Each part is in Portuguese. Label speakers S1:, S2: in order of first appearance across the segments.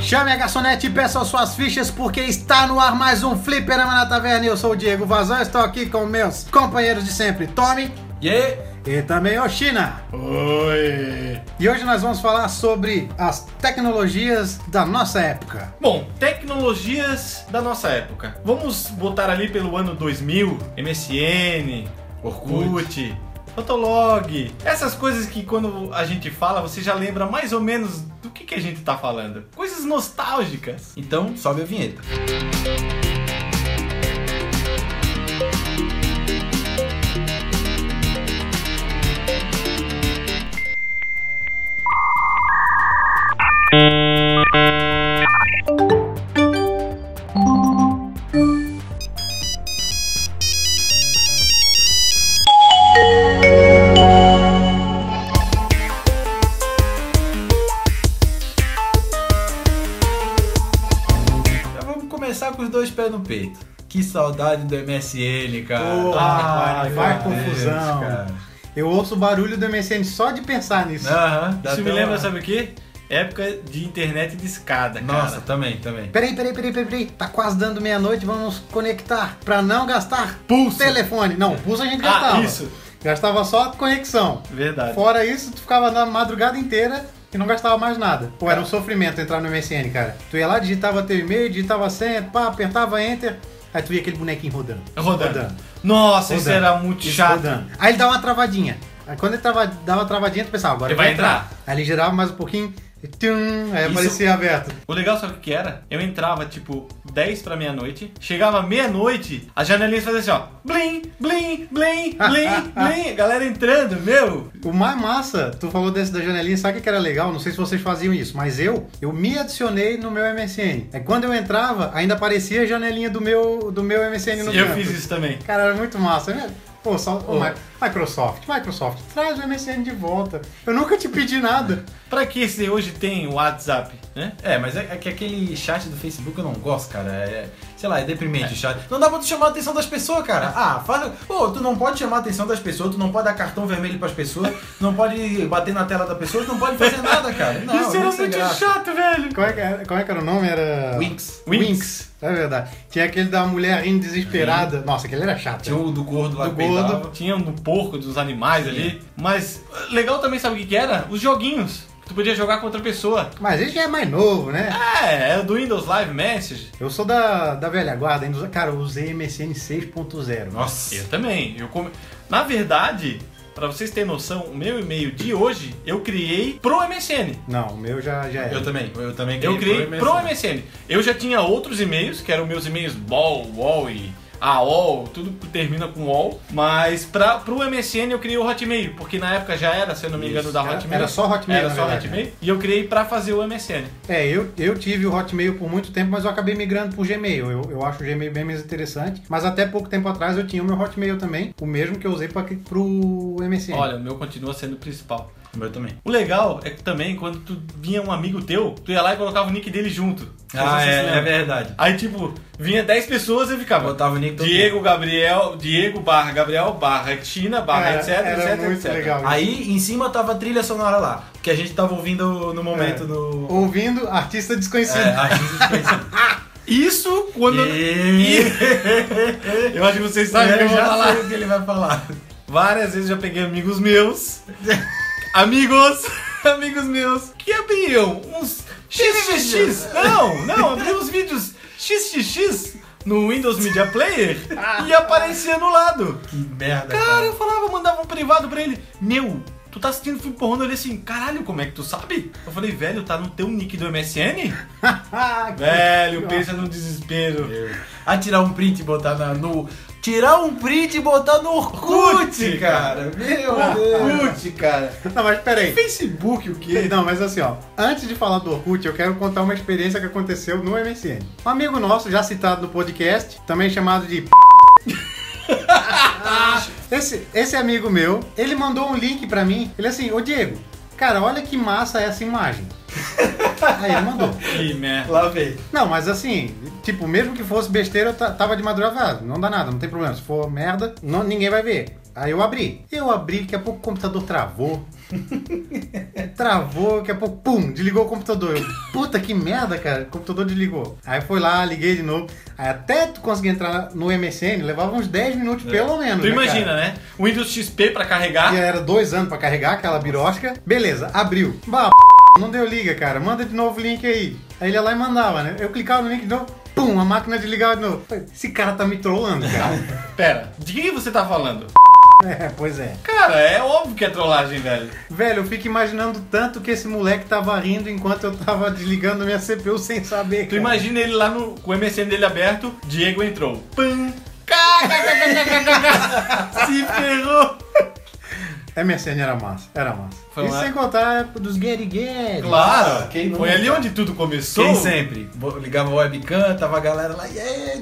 S1: Chame a garçonete e peça suas fichas, porque está no ar mais um Fliperama na Taverna. Eu sou o Diego Vazão, estou aqui com meus companheiros de sempre, Tommy
S2: E aí?
S1: e também Oshina.
S2: Oi!
S1: E hoje nós vamos falar sobre as tecnologias da nossa época.
S2: Bom, tecnologias da nossa época. Vamos botar ali pelo ano 2000, MSN, Orkut, Fotolog, essas coisas que quando a gente fala você já lembra mais ou menos do que, que a gente tá falando. Coisas nostálgicas. Então, sobe a vinheta.
S3: Então vamos começar com os dois pés no peito. Que saudade do MSN, cara.
S1: Porra, cara,
S3: meu
S1: vai
S3: Deus,
S1: confusão.
S3: cara.
S1: Eu ouço o barulho do MSN só de pensar nisso.
S3: Aham, dá
S2: Isso me
S3: até
S2: lembra,
S3: uma-
S2: sabe o quê? Época de internet de escada, cara.
S3: Nossa, também, também.
S1: Peraí, peraí, peraí, peraí, peraí. Tá quase dando meia-noite, vamos conectar pra não gastar pulso. Telefone. Não, pulso a gente gastava.
S2: Ah, isso.
S1: Gastava só conexão.
S2: Verdade.
S1: Fora isso, tu ficava na madrugada inteira e não gastava mais nada. Pô,
S2: Tá.
S1: era um sofrimento entrar no MSN, cara. Tu ia lá, digitava teu e-mail, digitava a senha, pá, apertava enter, aí tu via aquele bonequinho rodando.
S2: Rodando. Nossa, isso
S1: Rodando.
S2: era muito
S1: Isso,
S2: chato.
S1: rodando. Aí ele dava uma travadinha. Aí quando ele trava- dava uma travadinha, tu pensava, agora
S2: Ele vai entrar.
S1: Aí ele girava mais um pouquinho, e tum, aí
S2: Isso-
S1: aparecia aberto.
S2: O legal sabe o que era? Eu entrava tipo 10 pra meia-noite, chegava meia-noite, a janelinha fazia assim, ó. Blim, blim, blim, blim, blim. Galera entrando, meu.
S1: O mais massa, tu falou desse da janelinha, sabe o que que era legal? Não sei se vocês faziam isso, mas eu, eu me adicionei no meu MSN. Aí quando eu entrava, ainda aparecia a janelinha do meu, do meu MSN no
S2: Eu
S1: canto.
S2: fiz isso também.
S1: Cara, era muito massa. né? Pô, só, ô,
S2: Ô.
S1: Mi- Microsoft, Microsoft, traz o MSN de volta. Eu nunca te pedi nada.
S2: Pra que se hoje tem o WhatsApp, né?
S3: É, mas é, é que aquele chat do Facebook eu não gosto, cara. É, sei lá, é deprimente o chat. Não dá pra tu chamar a atenção das pessoas, cara. Ah, faz. Pô, tu não pode chamar a atenção das pessoas, tu não pode dar cartão vermelho pras pessoas, tu não pode bater na tela da pessoa, tu não pode fazer nada, cara. Não,
S2: isso era
S3: isso é
S2: muito
S3: graça.
S2: chato, velho.
S1: Como é que era, como é que era o nome? Era.
S3: Winx. Uhum.
S2: Winx.
S1: Winx. É verdade. Tinha aquele da mulher rindo desesperada. Nossa, aquele era chato. né?
S3: Tinha o do gordo lá
S1: Do
S3: que peidava.
S1: gordo.
S2: Tinha um do porco, dos animais ali. Mas legal também, sabe o que que era? Os joguinhos. que Tu podia jogar com outra pessoa.
S3: um-
S1: Mas esse já é mais novo, né?
S2: É, era do Windows Live Message.
S1: Eu sou da, da velha guarda, ainda usa- cara, eu usei MSN 6.0.
S3: Nossa.
S2: Eu também. Eu come... Na verdade, pra vocês terem noção, o meu e-mail de hoje eu criei pro MSN.
S1: Não, o meu já, já é. era.
S3: Eu também, eu também
S2: Eu criei pro
S3: MSN.
S2: MSN. Eu já tinha outros e-mails, que eram meus e-mails BOL, UOL e AOL, tudo que termina com OL, mas pra, pro MSN eu criei o Hotmail, porque na época já era, se eu não me engano, da
S1: Era-
S2: Hotmail.
S1: era só Hotmail,
S2: Era
S1: na
S2: só
S1: verdade,
S2: Hotmail. E eu criei pra fazer o MSN.
S1: É, eu, eu tive o Hotmail por muito tempo, mas eu acabei migrando pro Gmail. Eu, eu acho o Gmail bem mais interessante. Mas até pouco tempo atrás eu tinha o meu Hotmail também, o mesmo que eu usei pra, que- pro MSN.
S2: Olha, o meu continua sendo o principal.
S3: O meu também.
S2: O legal é que também, quando tu vinha um amigo teu, tu ia lá e colocava o nick dele junto. Não sei
S3: Ah,
S2: se você
S3: é,
S2: lembra.
S3: é verdade.
S2: Aí, tipo, vinha 10 pessoas e ficava.
S3: Botava o nick todo
S2: Diego, Gabriel, Diego barra Gabriel barra China barra
S1: Cara,
S2: etc,
S1: era
S2: etc,
S1: muito
S2: etc.
S1: legal.
S3: Aí em cima tava a trilha sonora lá, que a gente tava ouvindo no momento
S1: É.
S3: do.
S1: Ouvindo artista desconhecido.
S3: É, a gente conhece.
S2: Isso quando.
S3: E-
S2: Eu acho que vocês sabem o que
S3: Eu
S2: eu vou
S3: já
S2: falar.
S3: sei o que ele vai falar.
S2: Várias vezes eu já peguei amigos meus. amigos! Amigos meus que abriam uns XXX. Não, não, abriam uns vídeos XXX no Windows Media Player e aparecia no lado.
S3: Que merda.
S2: Cara, eu falava, mandava um privado pra ele. Meu, tu tá assistindo filme pornô? Ele assim, caralho, como é que tu sabe? Eu falei, velho, tá no teu nick do MSN?
S1: Ah, que-
S2: velho, pensa no desespero.
S3: A tirar um print e botar na, no. Tirar um print e botar no Orkut,
S2: Orkut, cara.
S3: cara. Meu Deus.
S2: Orkut, cara.
S1: Não, mas peraí.
S2: É. Facebook, o quê?
S1: Não, mas assim, ó, antes de falar do Orkut, eu quero contar uma experiência que aconteceu no MSN. Um amigo nosso, já citado no podcast, também chamado de. esse, esse amigo meu, ele mandou um link pra mim. Ele assim, ô Diego, cara, olha que massa essa imagem. Aí ele mandou.
S2: Que merda.
S3: Lá vem.
S1: Não, mas assim, "Ah, tipo, mesmo que fosse besteira, eu ta- tava de madrugada. Não dá nada, não tem problema. Se for merda, não- ninguém vai ver. Aí eu abri. Eu abri, daqui a pouco o computador travou. Travou, daqui a pouco, pum, desligou o computador. Eu, puta que merda, cara, o computador desligou. Aí foi lá, liguei de novo. Aí até tu conseguir entrar no MSN, levava uns 10 minutos, pelo menos.
S2: É.
S1: né,
S2: Tu
S1: cara?
S2: imagina, né? É. O Windows XP pra carregar.
S1: E era dois anos pra carregar aquela birosca. Beleza, abriu. Bah, não deu liga, cara. Manda de novo o link aí. Aí ele ia lá e mandava, né? Eu clicava no link de novo, pum, a máquina desligava de novo. Esse cara tá me trollando, cara.
S2: Pera, de quem você tá falando?
S1: é, pois é.
S2: Cara, é óbvio que é trollagem, velho.
S1: Velho, eu fico imaginando tanto que esse moleque tava rindo enquanto eu tava desligando minha CPU sem saber.
S2: Tu
S1: cara.
S2: imagina ele lá no, com o MSN dele aberto, Diego entrou. Pam! Cá, cá, cá, cá, cá, cá, cá. Se ferrou!
S1: MSN É, era massa, era massa.
S2: Foi
S1: e
S2: lá.
S1: sem contar a época dos Gary Gary.
S2: Claro,
S3: quem
S2: foi
S3: nunca?
S2: ali onde tudo começou.
S3: Quem sempre? Bo- Ligava o webcam, tava a galera lá, e aí,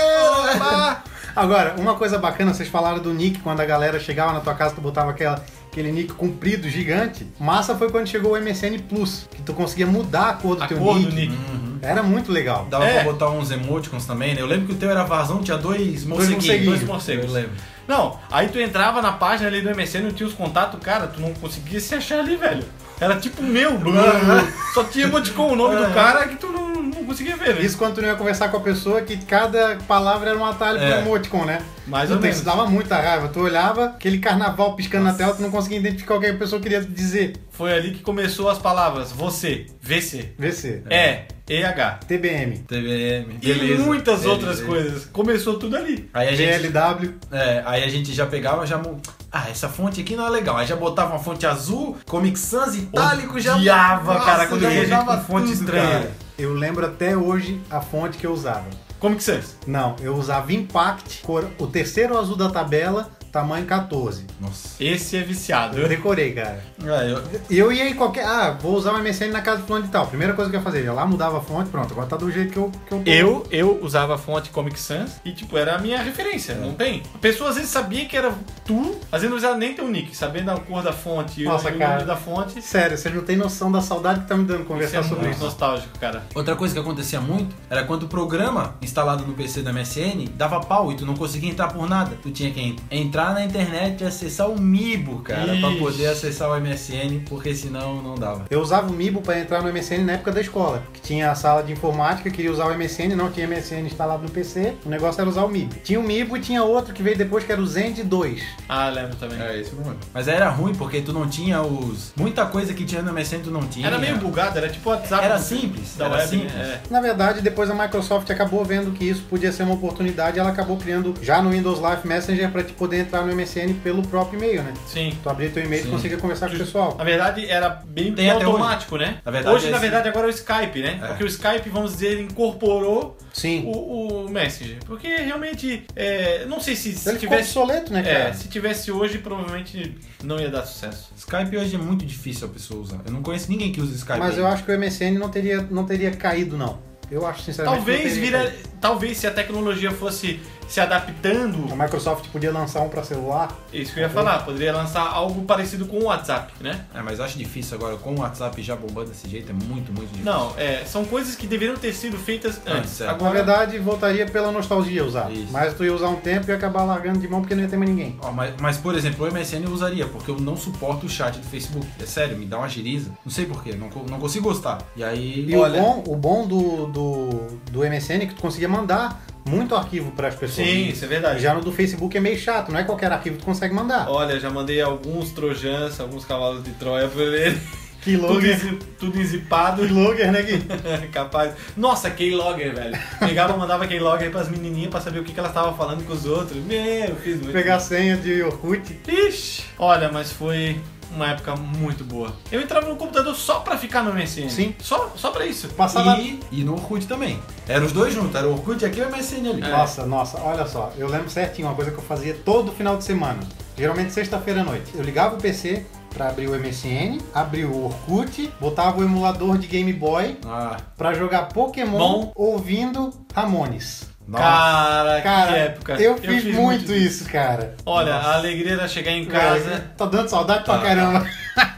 S3: direiteira!
S2: Opa!
S1: Agora, uma coisa bacana, vocês falaram do nick quando a galera chegava na tua casa, tu botava aquela, aquele nick comprido, gigante. Massa foi quando chegou o MSN Plus, que tu conseguia mudar a cor do
S2: A
S1: teu
S2: cor
S1: nick. Uhum.
S2: do Nick.
S3: Hum.
S2: Uhum.
S1: Era muito legal.
S3: Dava
S2: É.
S3: pra botar uns emoticons também, né? Eu lembro que o teu era vazão, tinha dois morceguinhos.
S1: morceguinhos.
S2: Dois morcegos.
S3: Eu lembro.
S2: Não, aí tu entrava na página ali do MSN e tinha os contatos, cara, tu não conseguia se achar ali, velho. Era tipo o meu, blá, blá, blá. só tinha emoticon o nome do cara que tu não, não conseguia ver, velho.
S1: Isso quando tu não ia conversar com a pessoa, que cada palavra era um atalho
S3: É.
S1: pro emoticon, né?
S2: Mais ou
S1: Puta,
S2: menos.
S1: isso dava muita raiva. Tu olhava, aquele carnaval piscando na tela, tu não conseguia identificar o que a pessoa queria dizer.
S2: Foi ali que começou as palavras você, VC,
S1: VC,
S2: E, EH.
S1: TBM,
S3: TBM,
S2: E
S3: É. beleza.
S2: muitas
S3: beleza.
S2: outras coisas. Começou tudo ali.
S3: Aí a gente,
S1: GLW.
S3: é, aí a gente já pegava, já. mu- Ah, essa fonte aqui não é legal. Aí já botava uma fonte azul, Comic Sans itálico, já.
S2: Odiava, cara, quando
S3: já
S2: via gente com
S3: mudava
S2: fonte estranha.
S3: cara.
S1: Eu lembro até hoje a fonte que eu usava.
S2: Como que é? Sans.
S1: Não, eu usava Impact, cor- o terceiro azul da tabela, tamanho 14.
S3: Nossa.
S2: Esse é viciado.
S1: Eu decorei, cara.
S3: É, eu-
S1: E eu ia em qualquer. Ah, vou usar o MSN na casa do fulano de tal. Primeira coisa que eu ia fazer, ia lá, mudava a fonte, pronto, agora tá do jeito que eu. Que eu,
S2: Eu, eu usava a fonte Comic Sans e, tipo, era a minha referência, não tem? A pessoa às vezes sabia que era tu, às vezes não usava nem teu nick, sabendo a cor da fonte e o-
S1: Nossa,
S2: e o
S1: cara.
S2: nome da fonte. Isso
S1: Sério, vocês não têm noção da saudade que tá me dando conversar
S2: é
S1: sobre
S2: muito
S1: isso.
S2: nostálgico, cara.
S3: Outra coisa que acontecia muito era quando o programa instalado no PC da MSN dava pau e tu não conseguia entrar por nada. Tu tinha que en- entrar na internet e acessar o Mibo, cara, pra
S2: Ixi.
S3: poder acessar o MSN, porque senão não dava.
S1: Eu usava o Mibo pra entrar no MSN na época da escola, que tinha a sala de informática, queria usar o MSN, não tinha MSN instalado no PC, o negócio era usar o Mibo. Tinha o Mibo e tinha outro que veio depois que era o Zend 2.
S2: Ah, lembro também.
S1: É.
S3: isso mesmo. Mas era ruim porque tu não tinha os. Muita coisa que tinha no MSN tu não tinha.
S2: Era meio bugado, era tipo WhatsApp.
S3: Era
S2: do-
S3: simples,
S2: da
S3: era
S2: web,
S3: simples.
S2: né?
S1: Na verdade, depois a Microsoft acabou vendo que isso podia ser uma oportunidade e ela acabou criando já no Windows Live Messenger pra te poder entrar no MSN pelo próprio e-mail, né?
S2: É, sim.
S1: Tu abria teu e-mail e
S3: Sim.
S1: conseguia conversar com o pessoal.
S2: Na verdade, era bem
S3: Tem até um
S2: automático, né?
S3: Na verdade,
S2: hoje,
S3: é
S2: na
S3: assim.
S2: verdade, agora é o Skype, né?
S3: É.
S2: Porque o Skype, vamos dizer, ele incorporou
S1: Sim.
S2: o, o Messenger. Porque realmente, é, não sei se, se
S1: Ele ficou
S2: tivesse.
S1: obsoleto, né, cara?
S2: É, se tivesse hoje, provavelmente não ia dar sucesso.
S3: Skype hoje é muito difícil a pessoa usar. Eu não conheço ninguém que usa Skype.
S1: Mas eu acho que o MSN não teria, não teria caído, não. Eu acho, sinceramente. que não
S2: Talvez
S1: teria
S2: vira,
S1: caído.
S2: talvez se a tecnologia fosse se adaptando,
S1: A Microsoft podia lançar um pra celular.
S2: isso
S1: Uhum.
S2: que eu ia falar, poderia lançar algo parecido com o WhatsApp, né?
S3: É, mas acho difícil agora, com o WhatsApp já bombando desse jeito, é muito, muito difícil.
S2: Não, é, são coisas que deveriam ter sido feitas antes.
S3: Antes, é.
S1: Na
S2: Agora,
S1: verdade, voltaria pela nostalgia usar.
S3: Isso.
S1: Mas tu ia usar um tempo e ia acabar largando de mão porque não ia ter mais ninguém.
S3: Ó, mas, mas, por exemplo, o MSN eu usaria, porque eu não suporto o chat do Facebook. É sério, me dá uma geriza. Não sei porquê, não, co- não consigo gostar. E aí,
S1: E
S3: olha,
S1: o bom, o bom do, do, do MSN é que tu conseguia mandar muito arquivo pras pessoas.
S2: sim, isso é verdade.
S1: Já no do Facebook é meio chato, não é qualquer arquivo que tu consegue mandar.
S2: Olha, já mandei alguns trojans, alguns cavalos de Troia por ele.
S1: que
S2: Tudo,
S1: logger.
S2: enzi- tudo enzipado.
S1: Que logger, né, Gui?
S2: Capaz. Nossa, Keylogger, velho. Pegava, mandava Keylogger pras menininhas pra saber o que, que elas estavam falando com os outros. Meu, fiz muito.
S1: Pegar a senha de Orkut.
S2: Ixi. Olha, mas foi uma época muito boa. Eu entrava no computador só pra ficar no MSN.
S1: Sim.
S2: Só, só pra isso.
S1: Passava.
S3: e, e no Orkut também. Eram os dois juntos, era o Orkut aqui e o MSN ali.
S1: Nossa, nossa, olha só. Eu lembro certinho uma coisa que eu fazia todo final de semana. Geralmente sexta-feira à noite. Eu ligava o PC pra abrir o MSN, abrir o Orkut, botava o emulador de Game Boy
S3: Ah,
S1: pra jogar Pokémon
S2: Bom.
S1: ouvindo Ramones.
S3: nossa.
S2: Cara,
S1: Cara,
S2: que época.
S1: eu, fiz, muito
S2: disso.
S1: isso, cara.
S2: Olha, a alegria era chegar em
S1: Cara,
S2: casa.
S1: É, Tá dando saudade pra
S3: Tá.
S1: caramba.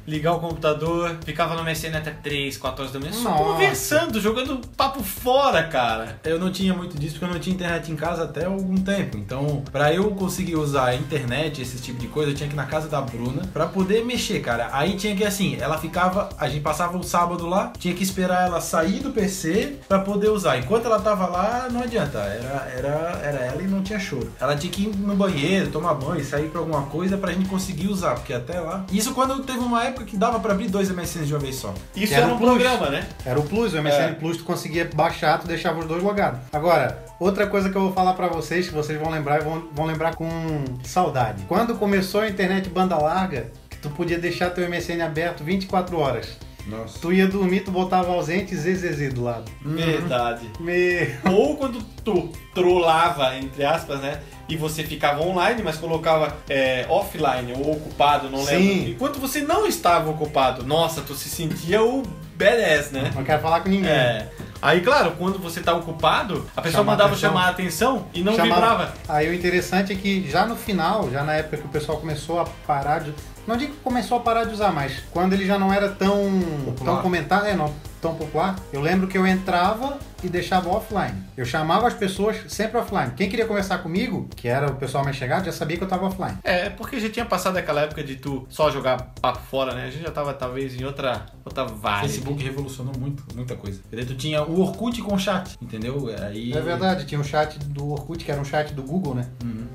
S2: ligar o computador, ficava no MSN até 3, 4 horas da manhã, só
S1: Nossa.
S2: conversando, jogando papo fora, cara.
S3: Eu não tinha muito disso porque eu não tinha internet em casa até algum tempo. Então, pra eu conseguir usar a internet, esse tipo de coisa, eu tinha que ir na casa da Bruna pra poder mexer, cara. Aí tinha que assim, ela ficava, a gente passava o sábado lá, tinha que esperar ela sair do PC pra poder usar. Enquanto ela tava lá, não adianta, era era era ela e não tinha choro. Ela tinha que ir no banheiro, tomar banho, sair pra alguma coisa pra gente conseguir usar, porque até lá. Isso quando teve uma época que dava pra abrir dois MSNs de uma vez só.
S2: Isso
S1: Que
S2: era,
S1: era
S2: um
S1: um plus.
S2: programa, né?
S1: Era o Plus, o MSN Plus, tu conseguia baixar, tu deixava os dois logados. Agora, outra coisa que eu vou falar pra vocês, que vocês vão lembrar e vão, vão lembrar com saudade. Quando começou a internet banda larga, que tu podia deixar teu MSN aberto 24 horas.
S3: Nossa.
S1: Tu ia dormir, tu botava ausente e ZZZ do lado.
S2: Verdade.
S1: Me...
S2: Ou quando tu trollava, entre aspas, né? E você ficava online, mas colocava é, offline ou ocupado, não lembro.
S1: Sim.
S2: Enquanto você não estava ocupado, nossa, tu se sentia o badass, né?
S1: Não quero falar com ninguém.
S2: É. Aí, claro, quando você tá ocupado, a pessoa
S1: Chamar
S2: mandava
S1: atenção.
S2: chamar a atenção e não
S1: Chamava-
S2: vibrava.
S1: Aí o interessante é que já no final, já na época que o pessoal começou a parar de. Não digo que começou a parar de usar, mas quando ele já não era tão,
S3: Popular.
S1: tão comentado, é, não, tão popular, eu lembro que eu entrava e deixava offline. Eu chamava as pessoas sempre offline. Quem queria conversar comigo, que era o pessoal mais chegado, já sabia que eu tava offline.
S2: É, porque já tinha passado aquela época de tu só jogar papo fora, né? A gente já tava talvez em outra, outra vibe.
S3: Facebook revolucionou muito, muita coisa. Porque daí tu tinha o Orkut com o chat, entendeu? Aí...
S1: É verdade, tinha um chat do Orkut, que era um chat do Google, né?
S3: Uhum.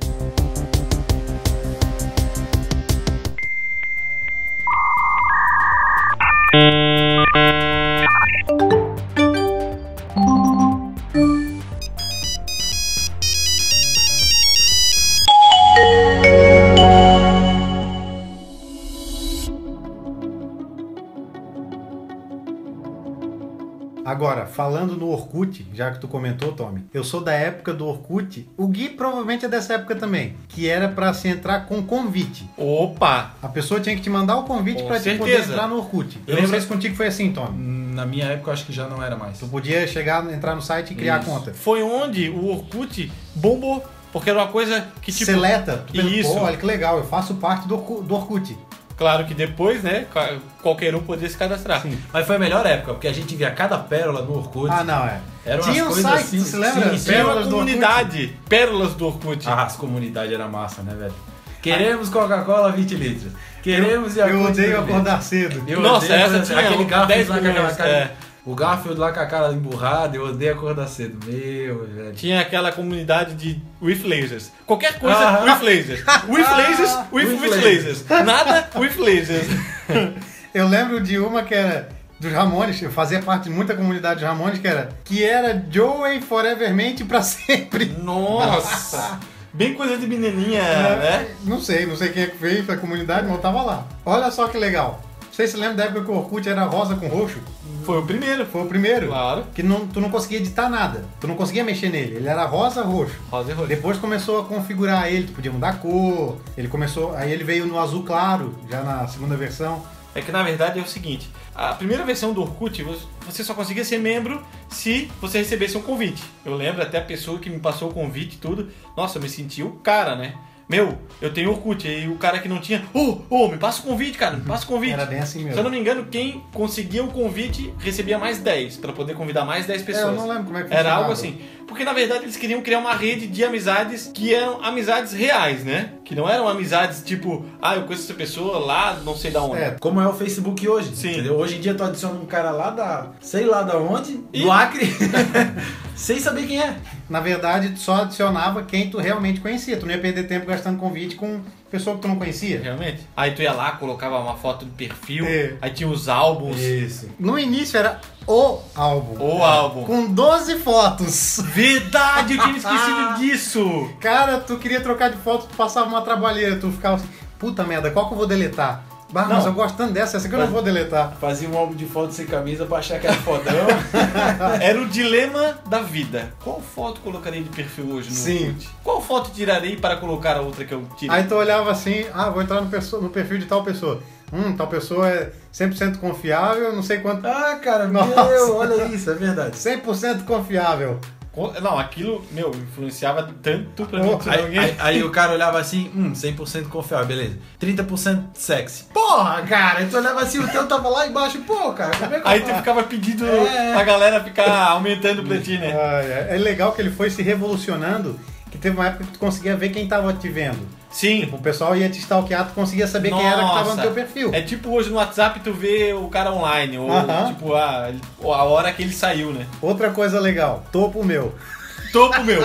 S1: Agora, falando no Orkut, já que tu comentou, Tommy, eu sou da época do Orkut. O Gui provavelmente é dessa época também, que era pra se entrar com convite.
S2: Opa!
S1: A pessoa tinha que te mandar o convite
S2: Com
S1: pra te poder
S2: certeza.
S1: entrar no Orkut. Eu
S3: Eu não
S1: lembro
S3: sei-
S1: se contigo foi assim, Tommy.
S3: Na minha época eu acho que já não era mais.
S1: Tu podia chegar, entrar no site e criar
S3: Isso.
S1: a conta.
S2: Foi onde o Orkut bombou, porque era uma coisa que tipo.
S1: Seleta, tu pensa,
S2: Isso.
S1: Pô, olha que legal, eu faço parte do, Orku- do Orkut.
S2: Claro que depois, né? ca- Qualquer um podia se cadastrar.
S1: Sim.
S3: Mas foi a melhor época, porque a gente via cada pérola no Orkut.
S1: Ah, não, é.
S3: Era umas
S1: tinha um
S3: coisas
S1: site,
S3: assim,
S1: tu se lembra?
S2: Pérola
S3: sim,
S1: Pérolas do Orkut.
S2: comunidade, pérolas do Orkut.
S3: Ah, as comunidades era massa, né, velho? Queremos Coca-Cola 20 litros. Queremos
S1: Eu
S3: Yakult
S1: odeio
S3: 20 litros.
S1: acordar cedo.
S3: Eu
S2: Nossa,
S3: odeio
S2: essa
S3: acordar cedo.
S2: tinha
S3: Aquele
S2: um-
S3: Garfield
S2: 10
S3: lá com aquela
S2: milhões,
S3: cara...
S2: é.
S3: O Garfield lá com a cara emburrada, eu odeio acordar cedo. Meu, velho.
S2: Tinha aquela comunidade de with lasers. Qualquer coisa
S3: Ah.
S2: with lasers. With lasers, with,
S3: With
S2: with lasers. Nada with lasers.
S1: Eu lembro de uma que era dos Ramones, eu fazia parte de muita comunidade de Ramones, que era que era Joey Forevermente pra sempre.
S2: Nossa! Bem coisa de menininha,
S1: É.
S2: né?
S1: Não sei, não sei quem é que fez a comunidade, mas eu tava lá. Olha só que legal. Vocês se lembram da época que o Orkut era rosa com roxo?
S2: Foi o primeiro.
S1: Foi o primeiro.
S2: Claro.
S1: Que não- tu não conseguia editar nada. Tu não conseguia mexer nele. Ele era rosa roxo.
S2: Rosa e roxo.
S1: Depois começou a configurar ele, tu podia mudar a cor. Ele começou. Aí ele veio no azul claro, já na segunda versão.
S2: É que na verdade é o seguinte: a primeira versão do Orkut, vo- você só conseguia ser membro se você recebesse um convite. Eu lembro até a pessoa que me passou o convite e tudo. Nossa, eu me senti o cara, né? Meu, eu tenho Orkut. E o cara que não tinha, ô, ô, me passa o convite, cara, me passa o convite.
S1: Era bem assim
S2: Se eu não
S1: mesmo.
S2: me engano, quem conseguia o convite recebia mais 10, pra poder convidar mais 10
S1: É, eu não
S2: pessoas.
S1: lembro como é que
S2: Era
S1: funcionava.
S2: algo assim. Porque na verdade eles queriam criar uma rede de amizades que eram amizades reais, né? Que não eram amizades tipo, ah, eu conheço essa pessoa lá, não sei da onde.
S1: É,
S3: Como é o Facebook hoje,
S2: Sim.
S3: entendeu? Hoje em dia tu adiciona um cara lá da... Sei lá da onde,
S2: E-
S3: do Acre, sem saber quem é.
S1: Na verdade, tu só adicionava quem tu realmente conhecia. Tu não ia perder tempo gastando convite com pessoa que tu não conhecia.
S2: Realmente. Aí tu ia lá, colocava uma foto do perfil,
S1: É.
S2: aí tinha os álbuns,
S3: Isso.
S1: No início era o álbum.
S2: o álbum.
S1: Com 12 fotos.
S2: Verdade, eu tinha me esquecido disso!
S1: Cara, tu queria trocar de foto, tu passava uma trabalheira, tu ficava assim, puta merda, qual que eu vou deletar? Bah, mas
S2: Não.
S1: eu gosto tanto dessa, essa que eu não vou deletar.
S3: Fazia um álbum de foto sem camisa pra achar que era fodão.
S2: Era o dilema da vida. Ah. Qual foto colocarei de perfil hoje no
S1: Sim.
S2: Orkut? Qual foto tirarei para colocar a outra que eu tirei?
S1: Aí tu olhava assim, ah, vou entrar no, perso- no perfil de tal pessoa. Hum, tal pessoa é 100% confiável, não sei quanto.
S3: ah, cara,
S1: Nossa.
S3: meu, olha isso, é verdade.
S1: 100% confiável.
S2: Co- Não, aquilo, meu, influenciava tanto pra mim.
S1: Oh,
S2: que
S3: Aí,
S2: alguém-
S3: aí- aí o cara olhava assim, hum, 100% confiável, beleza. 30% sexy. Porra, cara, aí tu olhava assim, o teu tava lá embaixo, pô, cara, como é que
S2: Aí
S3: eu...
S2: tu ficava pedindo
S3: É.
S2: a galera ficar aumentando pra ti, né?
S1: Ah, é. É legal que ele foi se revolucionando, que teve uma época que tu conseguia ver quem tava te vendo.
S2: Sim.
S1: O pessoal ia te stalkear, tu conseguia saber quem era que tava
S2: Nossa.
S1: no teu perfil.
S2: É tipo hoje no WhatsApp tu vê o cara online, ou
S1: Aham.
S2: tipo a, a hora que ele saiu, né?
S1: Outra coisa legal, topo meu.
S2: Topo meu.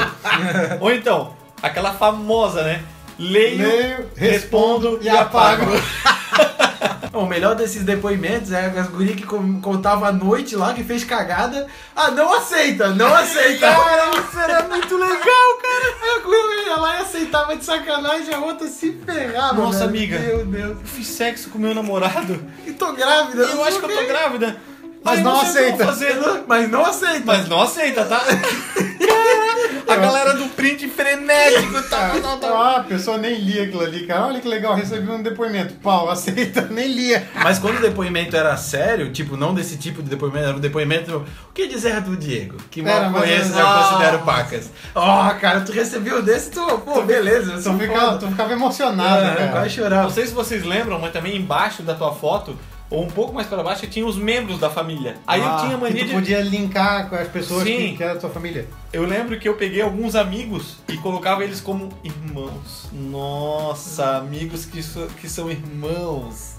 S2: ou então, aquela famosa, né? Leio,
S1: Leio,
S2: respondo
S1: respondo
S2: e,
S1: e
S2: apago.
S3: O melhor desses depoimentos é as guri que com- contava a noite lá, que fez cagada. Ah, não aceita, não aceita. cara, isso era muito legal, cara. A guri ia lá e aceitava de sacanagem, a outra se ferrava.
S2: Nossa,
S3: velho.
S2: amiga.
S3: Meu Deus.
S2: Eu fiz sexo com meu namorado
S3: E tô grávida.
S2: e eu acho que eu tô grávida.
S1: Mas
S2: Ai,
S1: não
S2: sei o que eu vou
S1: aceita.
S2: fazer.
S3: Mas não aceita.
S2: Mas não aceita, tá? a galera do print frenético, tá? tá, tá.
S1: Ah, a pessoa nem lia aquilo ali, cara. Olha que legal, recebi um depoimento. Pau, aceita, nem lia.
S3: Mas quando o depoimento era sério, tipo, não desse tipo de depoimento, era um depoimento. O que dizer do Diego? Que mal
S1: Era, mas-
S3: conheço e eu
S2: Ah.
S3: considero pacas. Ó, cara, tu recebeu desse, tu, pô, beleza, eu
S1: Tu
S3: sou
S1: ficava,
S3: foda.
S1: tu ficava emocionado,
S3: É,
S1: cara.
S3: Vai
S2: Ah,
S3: chorar.
S2: Não sei se vocês lembram, mas também embaixo da tua foto, ou um pouco mais pra baixo, tinha os membros da família. Aí eu
S3: Ah,
S2: tinha
S1: Que
S2: mania
S1: tu
S2: de.
S1: então podia linkar com as pessoas
S2: Sim.
S1: que, que era da tua família.
S2: Eu lembro que eu peguei alguns amigos e colocava eles como irmãos. Nossa, amigos que, so- que são irmãos.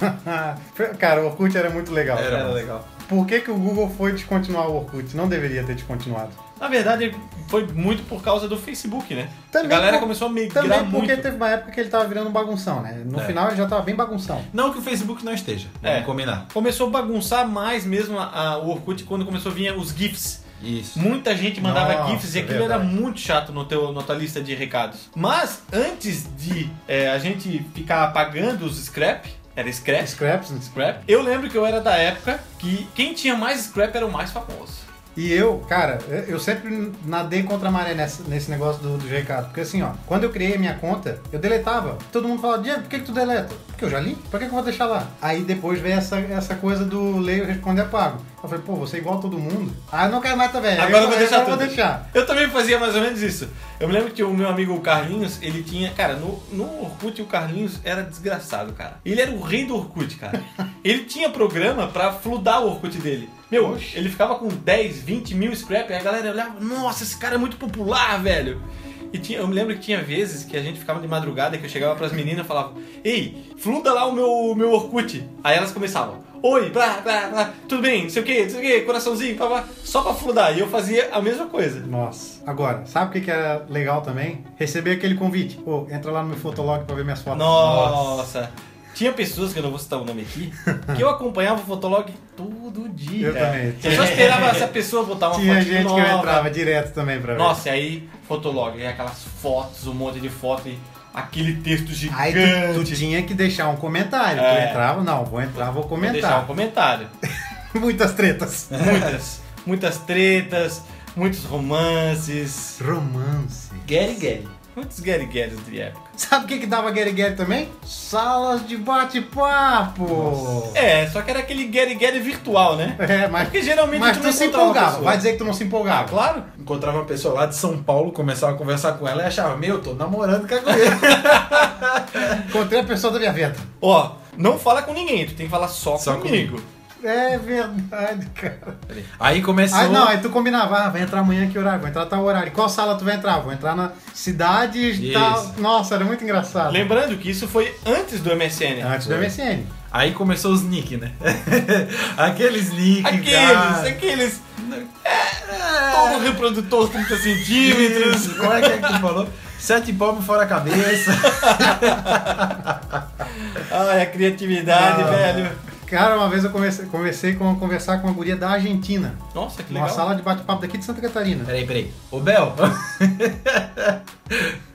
S1: cara, o Orkut era muito legal.
S3: Era.
S2: legal.
S1: Por que, que o Google foi descontinuar o Orkut? Não deveria ter descontinuado.
S2: Na verdade, foi muito por causa do Facebook, né?
S1: Também
S2: a galera
S1: por-
S2: começou a migrar
S1: Também porque
S2: muito.
S1: teve uma época que ele tava virando bagunção, né? No
S3: É.
S1: final ele já tava bem bagunção.
S3: Não que o Facebook não esteja, vamos
S2: É.
S3: combinar.
S2: Começou a bagunçar mais mesmo a- a- o Orkut quando começou a vir os GIFs.
S3: Isso.
S2: Muita gente mandava
S1: Nossa, é
S2: GIFs e aquilo
S1: verdade.
S2: era muito chato no teu, na tua lista de recados. Mas antes de é, a gente ficar apagando os scrap, era scrap,
S1: Scraps.
S2: scrap, eu lembro que eu era da época que quem tinha mais scrap era o mais famoso.
S1: E eu, cara, eu sempre nadei contra a maré nessa- nesse negócio do, dos recados. Porque assim, ó, quando eu criei a minha conta, eu deletava. Todo mundo falava, Diego, por que, que tu deleta? Porque eu já li, pra que, que eu vou deixar lá? Aí depois veio essa, essa coisa do leio, responde e apago. Eu falei, pô, você é igual a todo mundo. Ah, eu não quero mais também.
S2: Agora eu vou
S1: eu
S2: deixar
S1: vou
S2: tudo.
S1: deixar.
S2: Eu também fazia mais ou menos isso. Eu me lembro que o meu amigo Carlinhos, ele tinha. Cara, no, no Orkut o Carlinhos era desgraçado, cara. Ele era o rei do Orkut, cara. ele tinha programa pra fludar o Orkut dele. Meu,
S1: Oxe.
S2: ele ficava com 10, 20 mil scrap, aí a galera olhava, nossa, esse cara é muito popular, velho. E tinha, eu me lembro que tinha vezes que a gente ficava de madrugada que eu chegava pras meninas e falava, ei, fluda lá o meu, o meu Orkut. Aí elas começavam, oi, blá, blá, blá, tudo bem, não sei o que, não sei o que, coraçãozinho, blá, blá, só pra fludar. E eu fazia a mesma coisa.
S1: Nossa. Agora, sabe o que, que era legal também? Receber aquele convite. Pô, entra lá no meu fotolog pra ver minhas fotos.
S2: Nossa. Tinha pessoas, que eu não vou citar o nome aqui, que eu acompanhava o Fotolog todo dia.
S1: Eu também.
S2: Eu só esperava essa pessoa botar uma
S1: Tinha
S2: foto
S1: gente
S2: nova.
S1: que eu entrava direto também pra ver.
S2: Nossa, e aí, Fotolog, e aquelas fotos, um monte de foto, e aquele texto
S1: Aí
S2: gigante.
S1: tu, tu tinha que deixar um comentário.
S2: É.
S1: Tu entrava, não, vou entrar, vou
S2: Vou deixar
S1: comentar.
S2: um comentário.
S1: Muitas tretas.
S2: Muitas, muitas tretas, muitos romances.
S1: Romance.
S3: Gary Gary.
S2: Muitos Gary Garys de época.
S1: Sabe o que, que dava Gary Gary também? Salas de bate-papo.
S2: É, só que era aquele Gary Gary virtual, né?
S1: É, mas,
S2: Porque geralmente
S1: mas
S2: tu
S1: tu
S2: não
S1: se
S2: encontrava uma
S1: empolgava.
S2: pessoa.
S1: Vai dizer que tu não se
S2: Ah,
S1: empolgava.
S2: claro.
S3: Encontrava uma pessoa lá de São Paulo, começava a conversar com ela e achava, meu, tô namorando com a guria.
S1: Encontrei a pessoa da minha venda.
S2: Ó, não fala com ninguém, tu tem que falar só,
S3: Só
S2: comigo.
S1: É verdade, cara.
S3: Aí começou...
S1: Aí não, aí tu combinava, ah, vai entrar amanhã que horário, vou entrar tal horário. Qual sala tu vai entrar? Vou entrar na cidade
S3: Isso.
S1: tal. Nossa, era muito engraçado.
S2: Lembrando que isso foi antes do MSN.
S1: Antes do MSN.
S3: Aí começou os nick, né? Aqueles nick,
S2: Aqueles,
S3: cara.
S2: aqueles. É, todo reprodutor 30 centímetros.
S3: Isso, Como é que é que tu falou? Sete palmos fora a cabeça.
S2: Ai, a criatividade,
S1: Ah.
S2: velho.
S1: Cara, uma vez eu comecei, comecei com, a conversar com uma guria da Argentina.
S2: Nossa, que
S1: Numa
S2: legal. É.
S1: sala de bate-papo daqui de Santa Catarina.
S3: Peraí, peraí. Ô, Bel.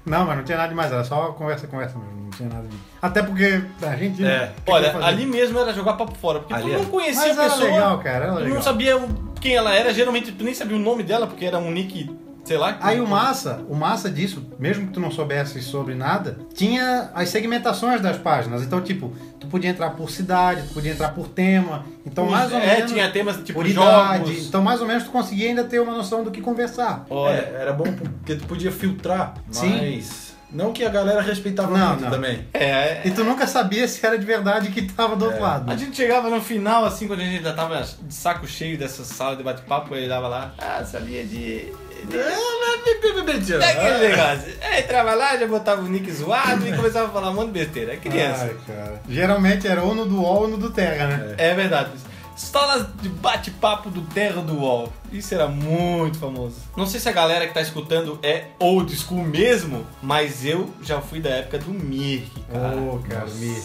S1: Não, mas não tinha nada demais, era só conversa, conversa mesmo. Não tinha nada de. Até porque da Argentina.
S3: É.
S1: o que que eu ia
S2: Olha,
S1: fazer? é.
S2: ali mesmo era jogar papo fora, porque
S3: Ali
S2: tu
S3: era.
S2: não conhecia
S1: Mas
S2: a
S1: era
S2: pessoa,
S1: legal, cara. Era
S2: tu
S1: legal.
S2: não sabia quem ela era, geralmente tu nem sabia o nome dela, porque era um nick Sei lá.
S1: Aí o massa, o massa disso, mesmo que tu não soubesse sobre nada, tinha as segmentações das páginas. Então, tipo, tu podia entrar por cidade, tu podia entrar por tema. Então,
S2: Os-
S1: mais ou
S2: é,
S1: menos
S2: tinha temas tipo
S1: por
S2: jogos.
S1: idade. Então, mais ou menos tu conseguia ainda ter uma noção do que conversar.
S2: Olha,
S3: É, era bom porque tu podia filtrar,
S1: Sim.
S3: mas não que a galera respeitava
S1: Não,
S3: muito
S1: não.
S3: também.
S2: é, é,
S1: E tu nunca sabia se era de verdade que tava do outro
S2: A
S1: lado.
S2: gente chegava no final, assim, quando a gente já tava de saco cheio dessa sala de bate-papo, ele dava lá, ah, sabia de... de... É aquele negócio. É, entrava lá, já botava o nick zoado e começava a falar um monte de besteira. É criança.
S1: Ai, cara. Geralmente era ou no do UOL ou no do Terra, né?
S2: É verdade. Salas de bate-papo do Terra do UOL. Isso era muito famoso. Não sei se a galera que tá escutando é old school mesmo, mas eu já fui da época do Mirk, cara.
S1: Ô, É. cara, me...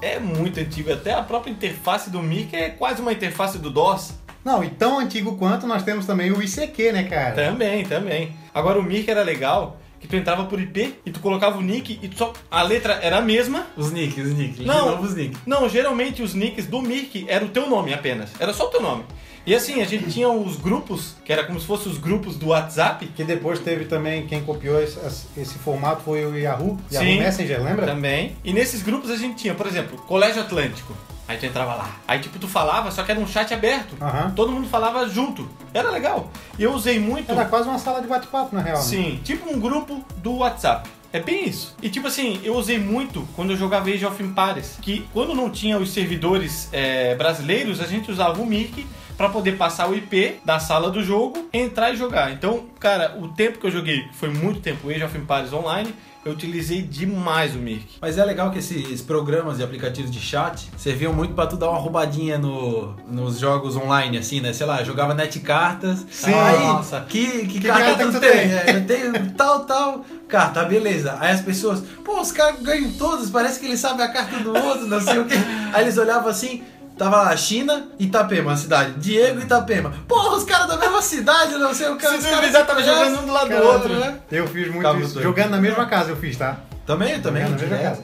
S2: É muito antigo. Até a própria interface do Mirk é quase uma interface do DOS.
S1: Não, e tão antigo quanto nós temos também o ICQ, né, cara?
S2: Também, também. Agora o Mirk era legal que tu entrava por IP e tu colocava o nick e tu só. A letra era a mesma.
S3: Os nick, os nick.
S2: Não.
S3: De novo os nick.
S2: Não, geralmente os nicks do Mirk era o teu nome apenas. Era só o teu nome. E assim, a gente tinha os grupos, que era como se fossem os grupos do WhatsApp.
S1: Que depois teve também, quem copiou esse, esse formato foi o Yahoo, Yahoo
S2: Sim.
S1: Messenger, lembra?
S2: Também. E nesses grupos a gente tinha, por exemplo, Colégio Atlântico. Aí tu entrava lá. Aí tipo, tu falava, só que era um chat aberto.
S1: Aham.
S2: Todo mundo falava junto. Era legal. E eu usei muito.
S1: Era quase uma sala de bate-papo, na real. né?
S2: Sim, tipo um grupo do WhatsApp. É bem isso. E tipo assim, eu usei muito quando eu jogava Age of Empires, que quando não tinha os servidores é, brasileiros, a gente usava o Mirk pra poder passar o IP da sala do jogo, entrar e jogar. Então, cara, o tempo que eu joguei, que foi muito tempo, Age of Empires online, eu utilizei demais o Mirk.
S3: Mas é legal que esses programas e aplicativos de chat serviam muito pra tu dar uma roubadinha no, nos jogos online, assim, né? Sei lá, jogava net cartas.
S1: Sim.
S3: Aí,
S2: Nossa.
S3: Que, que,
S1: Que
S3: carta,
S1: carta
S3: tu
S1: que tu
S3: tem?
S1: tem?
S3: É, eu tenho tal, tal. Carta, beleza. Aí as pessoas, pô, os caras ganham todas, parece que eles sabem a carta do outro, não sei o quê. Aí eles olhavam assim. Tava lá, China, Itapema, a cidade. Diego, Itapema. Porra, os caras da mesma cidade, não sei o que. os
S2: Se
S3: caras-
S2: duvidar, tava jogando um do lado do
S3: Caralho,
S2: outro.
S3: né?
S1: Eu fiz muito
S3: Ficava os
S1: isso.
S3: dois.
S1: Jogando na mesma casa eu fiz, tá?
S3: Também, também.
S1: Jogando na mesma
S3: Direto,
S1: casa.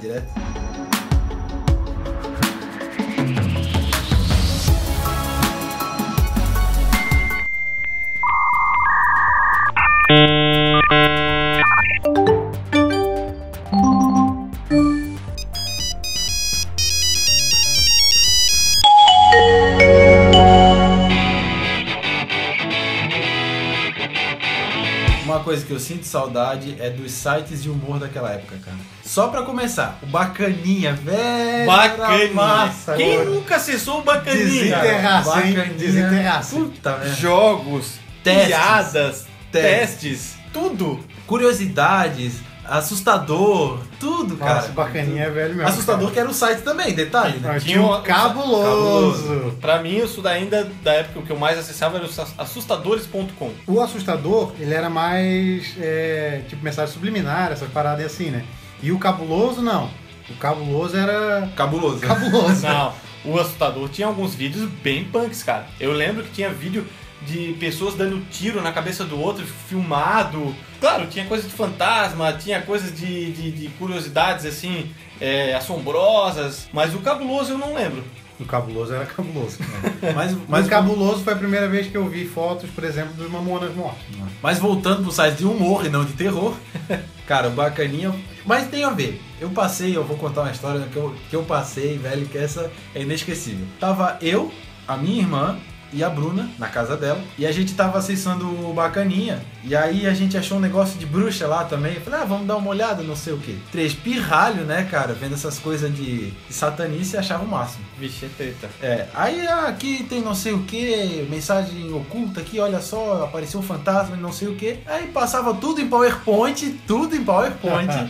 S3: direto. Uma coisa que eu sinto saudade é dos sites de humor daquela época, cara. Só pra começar, o Bacaninha,
S2: É,
S3: velho.
S2: Bacaninha.
S3: era Massa,
S2: Quem
S3: cara.
S2: nunca acessou o bacaninha?
S1: Desinter- Desenterraça, hein?
S3: Bacaninha.
S1: Desenterraça.
S3: Puta merda.
S2: Jogos,
S3: Testes.
S2: piadas,
S3: Testes.
S2: testes, tudo.
S3: Curiosidades, assustador, tudo, cara.
S1: Nossa, bacaninha é velho mesmo.
S3: Assustador que era o site também, detalhe, né?
S1: Nós tinha um cabuloso.
S2: Pra mim, isso daí ainda da época o que eu mais acessava era o assustadores.com.
S1: O assustador, ele era mais é, tipo mensagem subliminar, essas paradas assim, né? E o cabuloso, não. O cabuloso era
S3: Cabuloso. né?
S1: cabuloso.
S2: Não, o assustador tinha alguns vídeos bem punks, cara. Eu lembro que tinha vídeo de pessoas dando tiro na cabeça do outro, filmado. Claro, tinha coisa de fantasma, tinha coisa de, de- de curiosidades assim, é, assombrosas. Mas o cabuloso eu não lembro.
S1: O cabuloso era cabuloso.
S3: Mas,
S1: Mas
S3: mas,
S1: o cabuloso foi a primeira vez que eu vi fotos, por exemplo, dos mamonas mortos.
S3: mas voltando pro site de humor e não de terror, cara, o Bacaninha. Mas tem a ver. Eu passei, eu vou contar uma história que eu, que eu passei, velho, que essa é inesquecível. Tava eu, a minha irmã e a Bruna na casa dela, e a gente tava acessando o Bacaninha, e aí a gente achou um negócio de bruxa lá também. Eu falei, ah, vamos dar uma olhada, não sei o quê. Três pirralho, né, cara, vendo essas coisas de, de satanice achava o máximo.
S2: Vixe, é treta.
S3: É, aí ah, aqui tem não sei o que, mensagem oculta aqui, olha só, apareceu um fantasma, não sei o que. Aí passava tudo em PowerPoint, tudo em PowerPoint.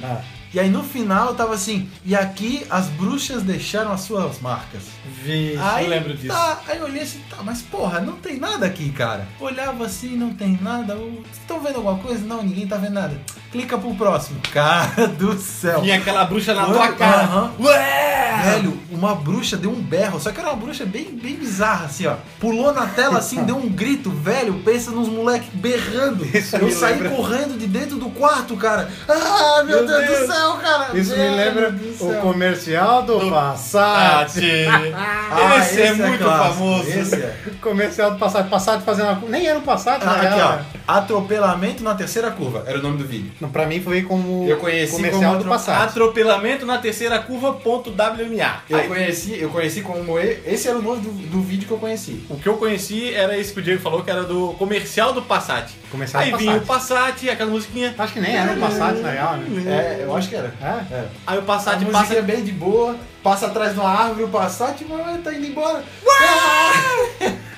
S3: e aí no final tava assim, e aqui as bruxas deixaram as suas marcas.
S2: Vixe,
S3: aí,
S2: eu lembro disso.
S3: Tá, aí eu olhei assim, tá, mas porra, não tem nada aqui, cara. Olhava assim, não tem nada. Estão vendo alguma coisa? Não, ninguém tá vendo nada. clica pro próximo. Cara do céu.
S2: Vinha aquela bruxa na tua cara.
S3: Aham.
S2: Ué!
S3: Velho, uma bruxa deu um berro, só que era uma bruxa bem, bem bizarra, assim, ó. Pulou na tela assim, deu um grito, velho. Pensa nos moleque berrando.
S1: Isso
S3: eu
S1: me
S3: saí
S1: lembra-
S3: correndo de dentro do quarto, cara. Ah, meu,
S1: Meu
S3: Deus,
S1: Deus.
S3: do céu, cara.
S1: Isso me
S3: Velho
S1: lembra
S3: do
S1: o
S3: céu.
S1: comercial do,
S2: Do- Ah,
S1: Passat.
S2: tchê.
S3: Ah,
S2: esse, é, muito
S3: clássico,
S2: famoso.
S3: Esse é.
S1: Comercial do Passat. Passat fazendo uma... Nem era um Passat,
S3: Ah,
S1: na real.
S3: aqui, ó. Atropelamento na terceira curva. Era o nome do vídeo.
S1: Não, Pra mim foi como
S3: Eu conheci
S1: comercial
S3: como
S1: do Passat.
S2: Atropelamento na terceira curva, ponto WMA.
S3: Eu
S2: Aí,
S3: conheci, eu conheci como. e- Esse era o nome do, do vídeo que eu conheci.
S2: o que eu conheci era esse que o Diego falou, que era do comercial do Passat.
S1: Comercial
S2: Aí
S1: do
S2: vinha o
S1: Passat.
S2: Passat, aquela musiquinha.
S1: Acho que nem era um Passat, na real, né?
S3: É, eu acho que era.
S1: É?
S3: É.
S2: Aí o
S3: A
S2: Passat
S3: musiquinha
S2: passa.
S3: é bem de boa, passa atrás de uma árvore, o Passat, mas tá indo embora.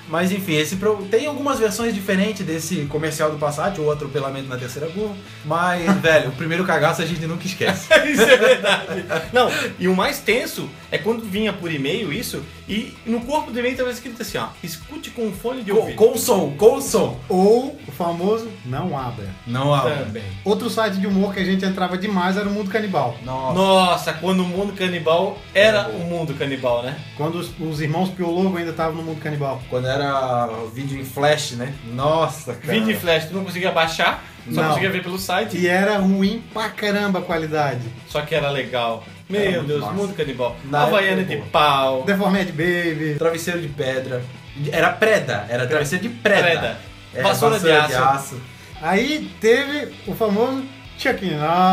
S3: mas enfim, esse pro- tem algumas versões diferentes desse comercial do Passat, ou atropelamento na terceira curva, mas, velho, o primeiro cagaço a gente nunca esquece.
S2: isso é verdade. Não, e o mais tenso é quando vinha por e-mail isso, e no corpo do e-mail estava escrito assim, ó, escute com fone de
S3: Com-
S2: ouvido.
S3: com som, com som.
S1: Ou o famoso Não Abra.
S3: Não há. um.
S2: Também.
S1: Outro site de humor que a gente entrava demais era o Mundo Canibal.
S3: Nossa.
S2: Nossa, quando o mundo canibal era o mundo canibal, né?
S1: Quando os, os irmãos Piologo ainda estavam no Mundo Canibal.
S3: Quando era vídeo em flash, né? Nossa, cara.
S2: Vídeo e flash, tu não conseguia baixar, só
S1: Não.
S2: conseguia ver pelo site,
S1: E era ruim pra caramba a qualidade.
S2: só que era legal. Meu
S3: Era muito
S2: Deus,
S3: massa.
S2: mundo canibal.
S3: Na
S2: Havaiana
S3: época,
S2: de
S3: boa.
S2: pau.
S1: Deformed Baby.
S3: Travesseiro de pedra. Era preda, era travesseiro de preda.
S2: Preda.
S3: É,
S2: Vassoura de
S3: vassoura
S2: aço.
S1: Aí teve o famoso Chuck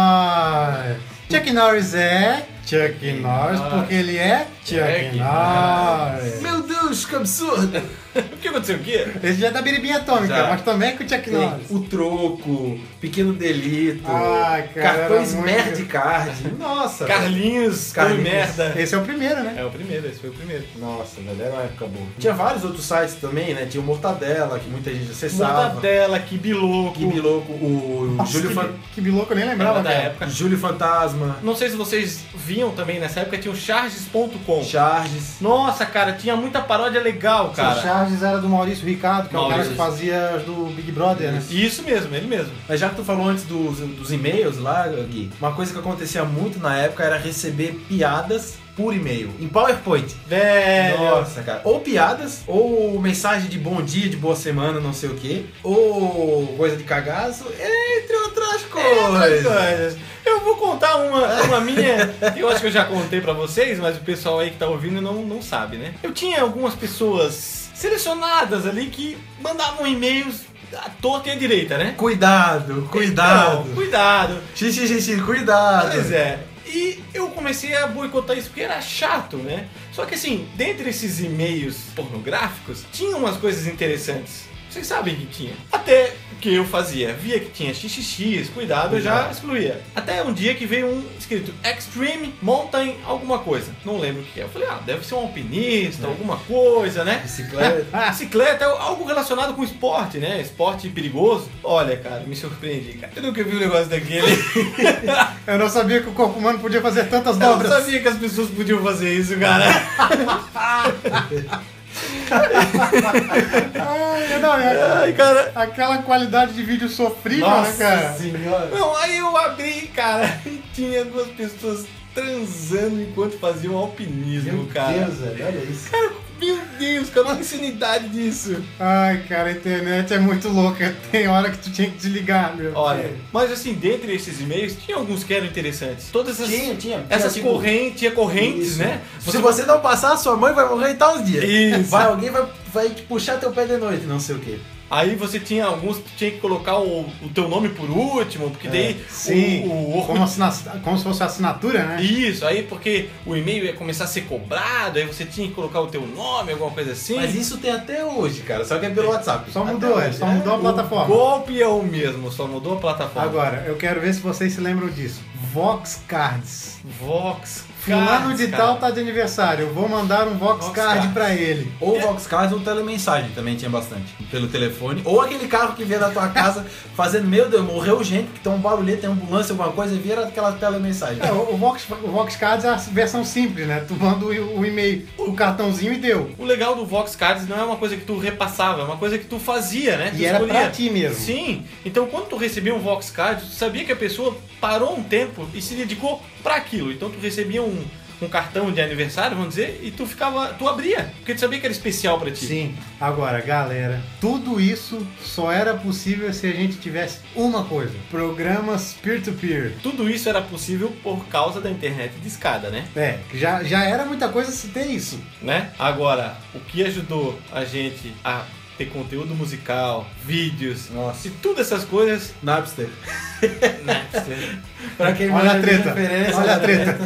S1: Norris. Chuck Norris é Chuck Norris
S2: Norris.
S1: porque ele é Chuck
S2: Chuck
S1: Norris.
S3: Meu Deus, que absurdo!
S2: O que aconteceu aqui?
S1: Esse já é da biribinha atômica,
S3: Já.
S1: mas também é com o Chuck Norris.
S3: Tem o troco, pequeno delito,
S1: Ai, cara,
S3: cartões
S1: era muito-
S3: merd card. Nossa, velho.
S2: Carlinhos, Carlinhos.
S3: Carlinhos.
S2: merda.
S1: Esse é o primeiro, né?
S2: É o primeiro, esse foi o primeiro.
S3: Nossa, velho, era uma época boa. Tinha vários outros sites também, né? Tinha o Mortadela, que muita gente acessava.
S2: Mortadela, que biloco.
S3: Que biloco, o
S1: Nossa,
S3: Júlio,
S1: que,
S3: Fan-
S1: que biloco, eu nem lembrava,
S2: Era da
S1: cara.
S2: época. bi-
S3: Júlio Fantasma,
S2: Não sei se vocês viam também, nessa época tinha o charges.com.
S3: Charges.
S2: Nossa, cara, tinha muita paródia legal,
S1: O
S2: cara.
S1: Charges era do Maurício Ricardo, que é o cara
S2: Maurício.
S1: que fazia as do Big Brother, né?
S2: Isso mesmo, ele mesmo.
S3: Mas já que tu falou antes dos, dos e-mails lá, Gui, uma coisa que acontecia muito na época era receber piadas por e-mail, em PowerPoint.
S2: Velho.
S3: Nossa, cara. É, Ou piadas, ou mensagem de bom dia, de boa semana, não sei o quê. Ou coisa de cagaço, entre outras
S2: Outras
S3: coisas.
S2: coisas. Eu vou contar uma, uma minha, que eu acho que eu já contei pra vocês, mas o pessoal aí que tá ouvindo não, não sabe, né? Eu tinha algumas pessoas selecionadas ali que mandavam e-mails à torta e à direita, né?
S3: Cuidado,
S2: Então,
S3: cuidado.
S2: cuidado.
S3: XXX, cuidado.
S2: Pois é. E eu comecei a boicotar isso porque era chato, né? Só que assim, dentre esses e-mails pornográficos, tinha umas coisas interessantes. Vocês sabem que tinha. Até que eu fazia. Via que tinha xxx, cuidado, eu já excluía. Até um dia que veio um escrito Extreme Mountain alguma coisa. Não lembro o que é. Eu falei, ah, deve ser um alpinista, alguma coisa, né?
S3: Bicicleta.
S2: Ah, bicicleta é algo relacionado com esporte, né? Esporte perigoso. Olha, cara, me surpreendi, cara. Eu nunca vi um negócio daquele.
S1: Eu não sabia que o corpo humano podia fazer tantas
S2: Eu não
S1: dobras.
S2: sabia que as pessoas podiam fazer isso, cara.
S1: Ai, não, é-
S2: Ai, cara.
S1: Aquela qualidade de vídeo sofrível, né, cara?
S3: senhora.
S2: Não, aí eu abri, cara, e tinha duas pessoas transando enquanto faziam alpinismo,
S3: Meu
S2: cara.
S3: Deus, velho, olha isso.
S2: Meu Deus, cara, que insanidade disso.
S1: Ai, cara, a internet é muito louca. Tem hora que tu tinha que desligar, meu.
S3: É.
S2: Olha, mas assim, dentre esses e-mails, tinha alguns que eram interessantes. Todas essas,
S3: Tinha, tinha. Tinha,
S2: essas
S3: tipo,
S2: correntes, tinha correntes,
S3: Isso.
S2: né?
S3: Se você não passar, sua mãe vai morrer em tal dia.
S2: Isso.
S3: Vai, alguém vai, vai te puxar teu pé de noite, não sei o quê.
S2: Aí você tinha alguns que tinha que colocar o, o teu nome por último,
S3: É,
S2: porque daí
S1: Sim,
S2: o, o Orkut
S1: como, assina- como se fosse assinatura, né?
S2: Isso, aí porque o e-mail ia começar a ser cobrado, aí você tinha que colocar o teu nome, alguma coisa assim.
S3: Mas isso tem até hoje, cara. Só que é pelo WhatsApp.
S1: Só
S3: Até
S1: mudou, é,
S3: hoje,
S1: só
S3: né?
S1: mudou a
S2: o
S1: plataforma.
S2: golpe é o mesmo, só mudou a plataforma.
S1: Agora, eu quero ver se vocês se lembram disso. Vox Cards.
S2: Vox
S1: Fulano
S2: cards,
S1: de
S2: cara.
S1: tal tá de aniversário, eu vou mandar um Vox,
S2: Vox
S1: Card
S2: cards.
S1: pra ele.
S3: Ou Voxcard ou telemensagem também tinha bastante. Pelo telefone. Ou aquele carro que vinha da tua casa fazendo, meu Deus, morreu gente, que tem um barulhento, tem ambulância, alguma coisa, e vira aquela telemensagem.
S1: É, o, o Vox, o Vox Cards é a versão simples, né? Tu manda o, o e-mail, o cartãozinho e deu.
S2: O legal do Vox Cards não é uma coisa que tu repassava, é uma coisa que tu fazia, né? Tu
S1: E era pra ti mesmo.
S2: Sim. Então quando tu recebia um Vox Card, tu sabia que a pessoa parou um tempo e se dedicou pra aquilo. Então tu recebia um, um cartão de aniversário, vamos dizer, e tu ficava, tu abria, porque tu sabia que era especial pra ti.
S1: Sim. Agora, galera, tudo isso só era possível se a gente tivesse uma coisa: programas peer-to-peer.
S2: Tudo isso era possível por causa da internet de escada, né?
S1: É, já, já era muita coisa se ter isso.
S2: né? Agora, o que ajudou a gente a ter conteúdo musical, vídeos
S3: Nossa.
S2: e todas essas coisas,
S3: Napster.
S2: né?
S3: Pra quem
S1: Olha
S3: manja
S1: a
S3: de
S1: treta,
S3: referência, né?
S1: olha a treta.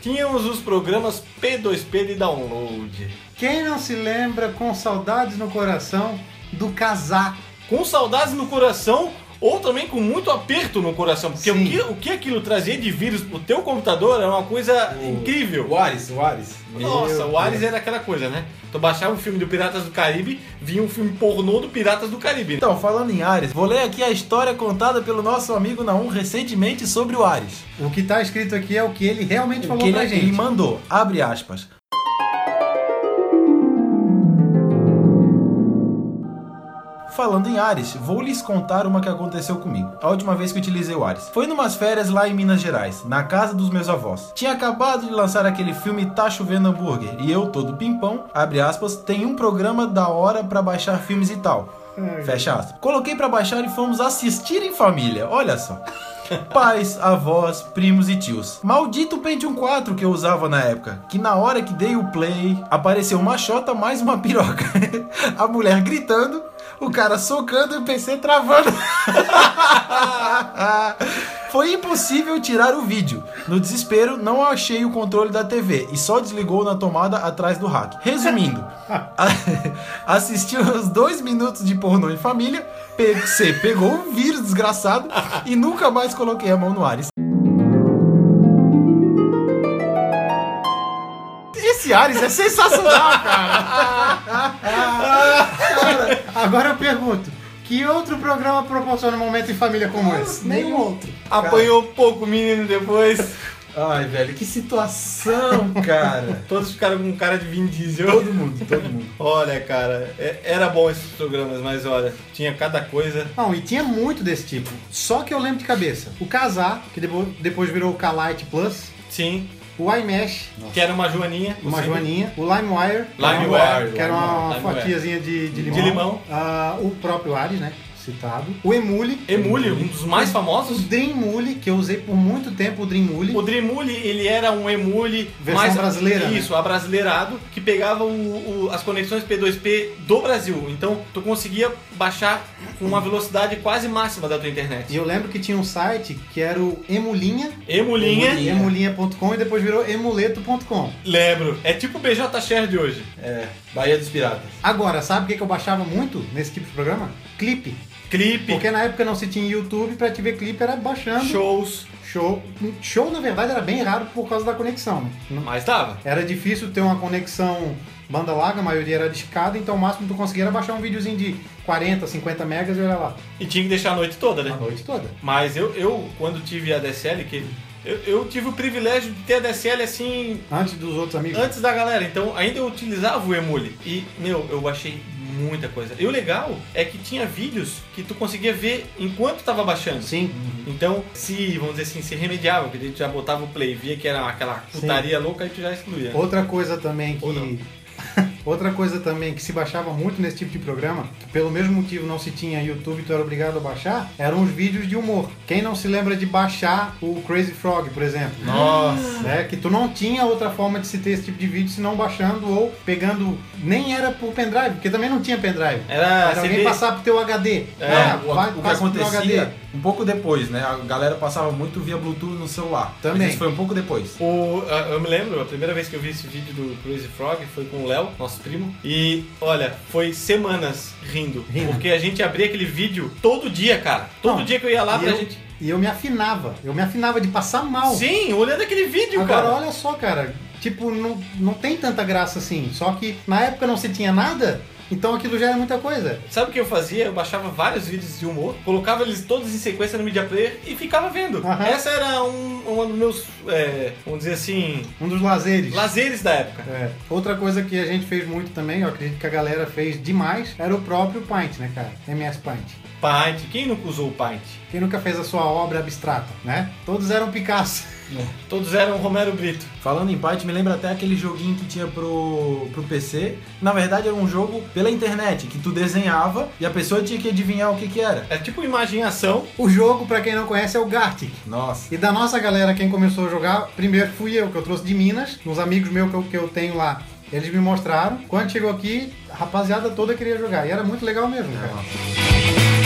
S2: Tínhamos os programas P2P de download.
S1: Quem não se lembra com saudades no coração do casar?
S2: Com saudades no coração ou também com muito aperto no coração, porque o
S1: Sim.
S2: que, o que aquilo trazia de vírus pro teu computador era uma coisa
S3: O-
S2: incrível.
S3: O Ares, o Ares.
S2: Nossa,
S3: Meu
S2: o Ares
S3: Deus.
S2: era aquela coisa, né? Tu baixava um filme do Piratas do Caribe, vinha um filme pornô do Piratas do Caribe.
S3: Então, falando em Ares, vou ler aqui a história contada pelo nosso amigo Naum recentemente sobre o Ares.
S1: O que tá escrito aqui é o que ele realmente
S3: O
S1: falou
S3: que ele,
S1: pra gente.
S3: ele mandou, abre aspas. Falando em Ares, vou lhes contar uma que aconteceu comigo. A última vez que utilizei o Ares. Foi numas férias lá em Minas Gerais, na casa dos meus avós. Tinha acabado de lançar aquele filme Tá Chovendo Hambúrguer, e eu, todo pimpão, abre aspas, tem um programa da hora pra baixar filmes e tal.
S1: Ai.
S3: Fecha aspas. Coloquei pra baixar e fomos assistir em família. Olha só. Pais, avós, primos e tios. Maldito Pentium 4 que eu usava na época. Que na hora que dei o play, apareceu uma xota mais uma piroca. A mulher gritando, o cara socando e o PC travando. Ah, Foi impossível tirar o vídeo. No desespero, não achei o controle da TV e só desligou na tomada atrás do rack. Resumindo, a- assisti os dois minutos de pornô em família, PC pegou um vírus desgraçado e nunca mais coloquei a mão no Ares. Esse Ares é sensacional, cara!
S1: Agora eu pergunto: que outro programa proporciona um momento em família como esse?
S3: nenhum
S1: um outro.
S2: Apanhou pouco o menino depois.
S3: Ai, velho, que situação, cara!
S2: Todos ficaram com cara de Vin Diesel.
S3: Todo mundo, todo mundo.
S2: Olha, cara, é- era bom esses programas, mas olha, tinha cada coisa.
S1: Não, e tinha muito desse tipo. Só que eu lembro de cabeça. O Casar, que depo- depois virou o Calite Plus.
S2: Sim,
S1: O iMesh,
S2: que era uma joaninha.
S1: uma
S2: Sim.
S1: joaninha. O LimeWire,
S2: LimeWire.
S1: que era uma
S2: LimeWire.
S1: fatiazinha de, de limão.
S2: De limão.
S1: Ah, o próprio Ares, né? Citado. O Emule.
S2: Emule, um dos mais
S1: O
S2: famosos.
S1: Dreamule, que eu usei por muito tempo o Dreamule.
S2: O Dreamule, ele era um emule
S1: Versão
S2: mais
S1: brasileira, né?
S2: Isso, abrasileirado, que pegava o- o- as conexões P2P do Brasil. Então, tu conseguia baixar com uma velocidade quase máxima da tua
S1: E
S2: internet.
S1: eu lembro que tinha um site que era o Emulinha,
S2: Emulinha,
S3: Emulinha.
S1: emulinha.com e depois virou emuleto.com.
S2: lembro. É tipo o BJ Share de hoje.
S3: É, Bahia dos Piratas.
S1: Agora, sabe o que que eu baixava muito nesse tipo de programa? Clipe.
S2: Clipe,
S1: Porque na época não se tinha YouTube, pra te ver clipe era baixando.
S2: shows,
S1: Show. Show, na verdade, era bem raro por causa da conexão. né?
S2: mas dava.
S1: Era difícil ter uma conexão banda larga, a maioria era discada, então o máximo que tu conseguia era baixar um videozinho de 40, 50 megas e olha lá.
S2: E tinha que deixar a noite toda, né?
S1: A noite toda.
S2: Mas eu, eu quando tive a DSL, que eu, eu tive o privilégio de ter a DSL assim
S1: Antes dos outros amigos.
S2: antes da galera, então ainda eu utilizava o Emule. E, meu, eu achei muita coisa. E o legal é que tinha vídeos que tu conseguia ver enquanto tava baixando.
S1: Sim.
S2: Então, se, vamos dizer assim, se remediava, porque tu já botava o play, via que era aquela putaria louca e tu já excluía.
S1: Outra coisa também que.
S2: Ou não.
S1: Outra coisa também que se baixava muito nesse tipo de programa, que pelo mesmo motivo não se tinha YouTube, tu era obrigado a baixar, eram os vídeos de humor. Quem não se lembra de baixar o Crazy Frog, por exemplo?
S3: Nossa.
S1: Né? Que tu não tinha outra forma de se ter esse tipo de vídeo senão baixando ou pegando. Nem era por pendrive, porque também não tinha pendrive.
S3: É,
S2: Era,
S1: Era
S2: CD.
S1: alguém passar pro teu HD.
S2: É,
S1: ah,
S3: o,
S1: vai,
S3: o que
S1: passa pro teu
S3: acontecia
S1: HD.
S3: um pouco depois, né? A galera passava muito via Bluetooth no celular.
S1: Também.
S3: Mas isso foi um pouco depois.
S2: O- a- eu me lembro, a primeira vez que eu vi esse vídeo do Crazy Frog foi com o Léo, nosso primo. E olha, foi semanas rindo,
S1: Rindo.
S2: Porque a gente abria aquele vídeo todo dia, cara. Todo
S1: Não,
S2: dia que eu ia lá
S1: e
S2: pra
S1: eu-
S2: gente.
S1: E eu me afinava. Eu me afinava de passar mal.
S2: Sim, olhando aquele vídeo,
S1: Agora,
S2: cara.
S1: olha só, cara. Tipo, não, não tem tanta graça assim. Só que na época não se tinha nada, então aquilo já era muita coisa.
S2: Sabe o que eu fazia? Eu baixava vários vídeos de humor, colocava eles todos em sequência no Media Player e ficava vendo.
S1: Aham.
S2: Essa era um, uma dos meus, é, vamos dizer assim,
S1: Um dos lazeres.
S2: lazeres da época.
S1: É. Outra coisa que a gente fez muito também, eu acredito que a galera fez demais, era o próprio Paint, né, cara? MS Paint.
S2: Paint, quem nunca usou o Paint?
S1: Quem nunca fez a sua obra abstrata, né? Todos eram Picasso.
S2: Todos eram Romero Brito.
S3: Falando em Paint, me lembra até aquele joguinho que tinha pro, pro PC. Na verdade, era um jogo pela internet, que tu desenhava e a pessoa tinha que adivinhar o que que era.
S2: É tipo imagem e ação.
S1: O jogo, pra quem não conhece, é o Gartic.
S3: Nossa.
S1: E da nossa galera, quem começou a jogar, primeiro fui eu, que eu trouxe de Minas, uns amigos meus que eu, que eu tenho lá. Eles me mostraram. Quando chegou aqui, a rapaziada toda queria jogar. E era muito legal mesmo, cara.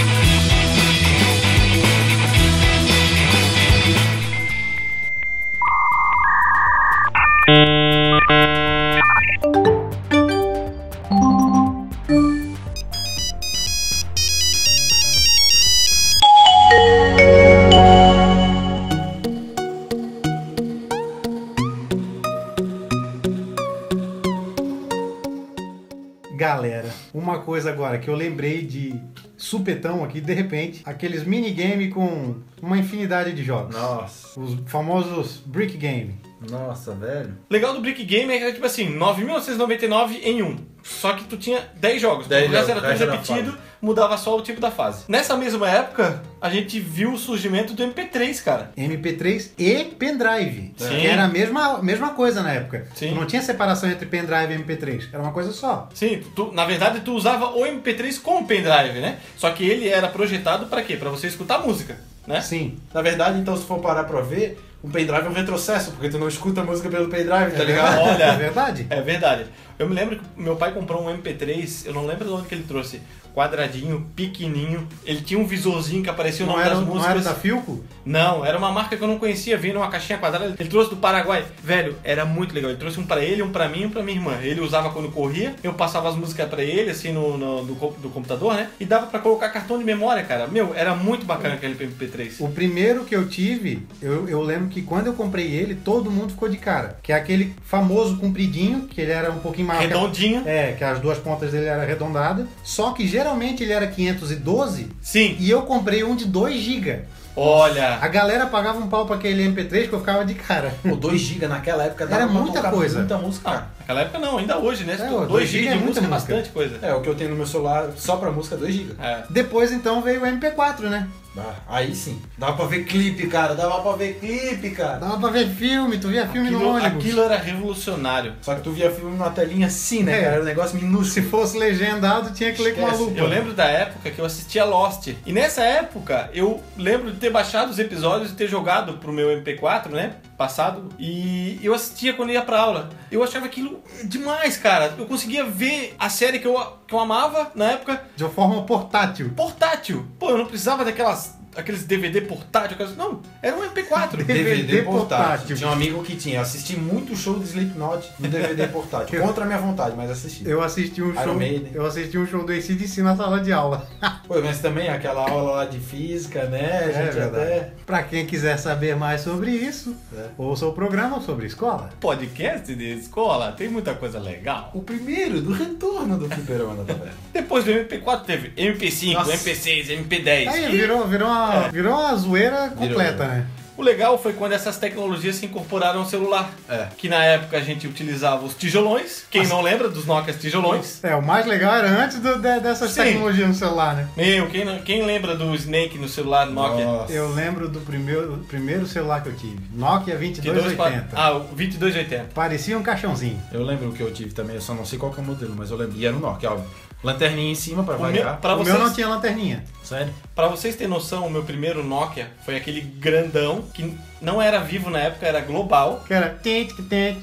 S1: Galera, uma coisa agora que eu lembrei de supetão aqui, de repente, aqueles minigame com uma infinidade de jogos.
S3: Nossa.
S1: Os famosos Brick Game.
S3: Nossa, velho.
S2: Legal do Brick Game é que era tipo assim, 9.999 em um. Só que tu tinha 10 jogos.
S3: 10
S2: o resto
S3: jogos,
S2: era
S3: o resto
S2: tudo
S3: era
S2: repetido, mudava só o tipo da fase. Nessa mesma época, a gente viu o surgimento do MP3, cara.
S1: MP3 e pendrive.
S2: Sim.
S1: Que era a mesma, mesma coisa na época.
S2: Sim.
S1: Não tinha separação entre pendrive e MP3. Era uma coisa só.
S2: Sim, tu- na verdade tu usava o MP3 com o pendrive, né? Só que ele era projetado pra quê? Pra você escutar música, né?
S1: Sim.
S3: Na verdade, então, se for parar pra ver, o pendrive é um retrocesso, porque tu não escuta a música pelo pendrive, tá ligado?
S2: Olha.
S1: É verdade?
S2: É verdade. Eu me lembro que meu pai comprou um MP3, eu não lembro de onde que ele trouxe. Quadradinho, pequenininho. Ele tinha um visorzinho que aparecia o
S1: Não
S2: nome
S1: era, um-
S2: das
S1: não era
S2: músicas.
S1: da Filco?
S2: Não, era uma marca que eu não conhecia, veio numa caixinha quadrada. Ele trouxe do Paraguai. Velho, era muito legal. Ele trouxe um pra ele, um pra mim e um pra minha irmã. Ele usava quando corria, eu passava as músicas pra ele, assim, no, no- do, co- do computador, né? E dava pra colocar cartão de memória, cara. Meu, era muito bacana aquele MP3.
S1: O primeiro que eu tive, eu, eu lembro que quando eu comprei ele, todo mundo ficou de cara. Que é aquele famoso compridinho, que ele era um pouquinho maior. que a-
S2: Redondinho.
S1: É, que as duas pontas dele eram arredondadas. Só que geralmente ele era 512
S2: Sim.
S1: e eu comprei um de 2 GB.
S2: Olha.
S1: A galera pagava um pau pra aquele MP3 que eu ficava de cara.
S3: Pô, 2GB naquela época dava
S1: Era
S3: pra
S1: muita
S3: tocar
S1: coisa.
S3: muita música, cara.
S2: Naquela época não, ainda hoje, né?
S1: É,
S2: Se tu-
S1: ó,
S2: dois
S1: dois
S2: GB
S1: giga
S2: de
S1: é muita
S2: música é
S1: música.
S2: bastante coisa.
S3: É, o que eu tenho no meu celular só pra música é 2GB.
S2: É.
S1: Depois então veio o MP4, né?
S3: Ah, aí sim. Dava pra ver clipe, cara. Dava pra ver clipe, cara.
S1: Dava pra ver filme, tu via filme no
S2: Aquilo,
S1: ônibus.
S2: aquilo era revolucionário.
S3: Só que tu via filme numa telinha assim, né,
S1: É.
S3: cara? Era um negócio
S1: Se
S3: minúsculo.
S1: fosse legendado, tinha que ler com uma
S3: Esquece,
S1: lupa.
S2: Eu lembro da época que eu assistia Lost. E nessa época, eu lembro de ter baixado os episódios e ter jogado pro meu MP4, né? Passado. E eu assistia quando ia pra aula. Eu achava aquilo demais, cara. Eu conseguia ver a série que eu, que eu amava na época
S1: De forma portátil.
S2: portátil. Pô, eu não precisava daquelas. Aqueles DVD portátil, aquelas- não, era um MP4.
S3: DVD
S1: DVD
S3: portátil.
S1: portátil.
S3: Tinha um amigo que tinha. Eu assisti muito show de Slipknot no DVD portátil. Contra a minha vontade, mas assisti.
S1: Eu assisti um
S3: Iron
S1: show.
S3: Maiden.
S1: Eu assisti um show do ACDC na sala de aula.
S3: Pô, mas também aquela aula lá de física,
S1: É
S3: né? A gente até...
S1: Pra quem quiser saber mais sobre isso,
S3: É.
S1: ouça o programa sobre escola.
S2: Podcast de escola, tem muita coisa legal.
S3: O primeiro do retorno do Fliperama tá da Taverna.
S2: Depois do MP4 teve MP5,
S3: Nossa.
S2: MP6, MP10.
S1: Tá Aí
S2: E
S1: virou, virou,
S3: É.
S1: uma, virou uma zoeira completa, né?
S2: O legal foi quando essas tecnologias se incorporaram ao celular.
S3: É.
S2: Que na época a gente utilizava os tijolões. Quem não lembra dos Nokia tijolões?
S1: É, o mais legal era antes do- de- dessas
S2: Sim.
S1: tecnologias no celular, né?
S2: Meu, quem, não- quem lembra do Snake no celular Nokia?
S3: Nossa.
S1: Eu lembro do primeiro, primeiro celular que eu tive, Nokia
S2: 2240.
S1: 2280.
S2: Ah, o 2280.
S1: Parecia um caixãozinho.
S3: Eu lembro o que eu tive também, eu só não sei qual que é o modelo, mas eu lembro. E era um Nokia, óbvio. Lanterninha em cima pra
S2: O meu-
S3: variar.
S2: pra
S1: o
S2: vocês,
S1: meu não tinha lanterninha.
S3: Sério?
S2: pra vocês terem noção, o meu primeiro Nokia foi aquele grandão que não era vivo na época, era global.
S1: Que era. Esse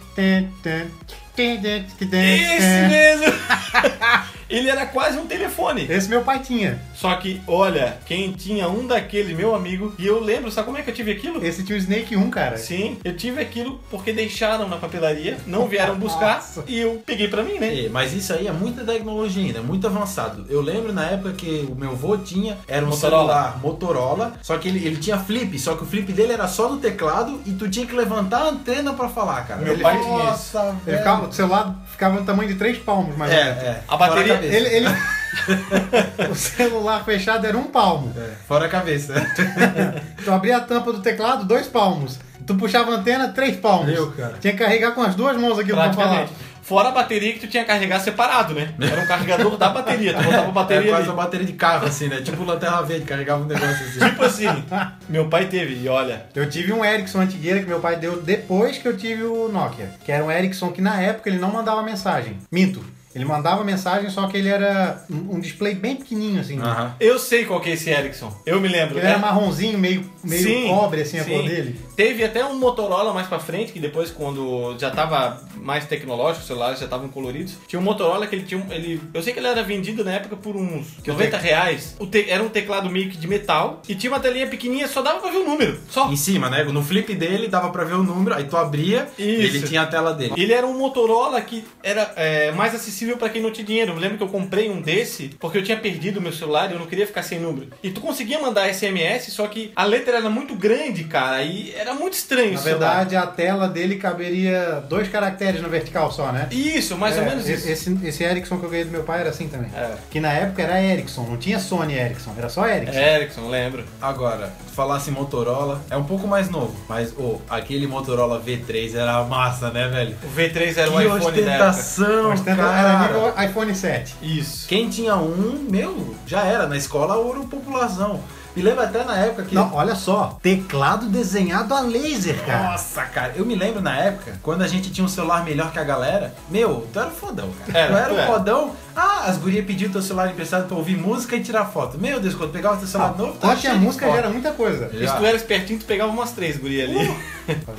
S3: É.
S2: Esse mesmo! Ele era quase um telefone.
S1: Esse meu pai tinha.
S2: Só que, olha, quem tinha um daquele, meu amigo, e eu lembro, sabe como é que eu tive aquilo?
S1: Esse tinha o Snake 1, cara.
S2: Sim, eu tive aquilo porque deixaram na papelaria, não vieram buscar
S1: Nossa.
S2: e eu peguei pra mim, né?
S3: É, mas isso aí é muita tecnologia ainda, é muito avançado. Eu lembro na época que o meu avô tinha, era um
S2: Motorola.
S3: celular Motorola, só que ele, ele tinha flip, só que o flip dele era só do teclado e tu tinha que levantar a antena pra falar, cara.
S2: Meu pai tinha
S3: Nossa,
S1: Ele
S3: velho.
S1: ficava, o celular ficava no tamanho de três palmos, mais
S3: É,
S1: ou menos.
S3: é.
S2: A bateria-
S3: Fora a cabeça.
S1: Ele, ele... o celular fechado era um palmo.
S3: É, fora a cabeça.
S1: Tu abria a tampa do teclado, dois palmos. Tu puxava a antena, três palmos.
S3: Meu, cara.
S1: Tinha que carregar com as duas mãos aqui pra falar.
S2: Praticamente. Fora a bateria que tu tinha que carregar separado, né? Era um carregador da bateria, tu botava a
S3: É
S2: bateria
S3: quase
S2: ali.
S3: uma bateria de carro, assim, né? Tipo lanterna verde, carregava um negócio assim.
S2: Tipo assim, meu pai teve, e olha,
S1: Eu tive um Ericsson antigueira que meu pai deu depois que eu tive o Nokia. Que era um Ericsson que na época ele não mandava mensagem. Minto. Ele mandava mensagem, só que ele era um um display bem pequenininho, assim.
S3: Aham.
S2: eu sei qual que é esse Ericsson, eu me lembro.
S1: Ele
S2: né?
S1: era marronzinho, meio, meio
S2: Sim,
S1: cobre, assim, a
S2: sim.
S1: cor dele.
S2: Teve até um Motorola mais pra frente, que depois, quando já tava mais tecnológico, os celulares já estavam coloridos. Tinha um Motorola que ele tinha. um- Ele, eu sei que ele era vendido na época por uns 90 reais. O te- era um teclado meio que de metal e tinha uma telinha pequenininha, só dava pra ver o número. Só.
S3: Em cima, né? No flip dele dava pra ver o número, aí tu abria e
S2: Isso.
S3: ele tinha a tela dele.
S2: Ele era um Motorola que era é, mais acessível pra quem não tinha dinheiro. Eu lembro que eu comprei um desse porque eu tinha perdido o meu celular e eu não queria ficar sem número. E tu conseguia mandar SMS, só que a letra era muito grande, cara, e era muito estranho
S1: Na
S2: o celular.
S1: verdade, a tela dele caberia dois caracteres na vertical só, né?
S2: Isso, mais ou
S1: É,
S2: menos isso.
S1: Esse, esse Ericsson que eu ganhei do meu pai era assim também.
S2: É.
S1: Que na época era Ericsson, não tinha Sony Ericsson, era só Ericsson.
S3: É,
S2: Ericsson, lembro.
S3: Agora, falasse em Motorola, é um pouco mais novo, mas ô, aquele Motorola V3 era massa, né, velho? um
S2: O V3 era o
S3: que
S2: iPhone da época.
S3: ostentação,
S1: Mas tanto-
S3: cara.
S1: era nível iPhone 7.
S2: Isso.
S3: Quem tinha um, meu, já era. Na escola, ouro população. Me lembro até na época que...
S1: Não, olha só, teclado desenhado a laser, cara.
S3: Nossa, cara, eu me lembro na época, quando a gente tinha um celular melhor que a galera, meu, tu era um fodão, cara.
S1: É,
S2: Era,
S3: tu era
S2: tu
S3: um
S2: era.
S3: fodão. Ah, as gurias pediam teu celular emprestado pra ouvir música e tirar foto. Meu Deus, quando pegava teu celular tá novo, tava
S1: Quando tinha
S3: cheio de
S1: é música
S3: foto.
S1: já era muita coisa.
S3: Já.
S2: Se tu era espertinho, tu pegava umas três gurias ali.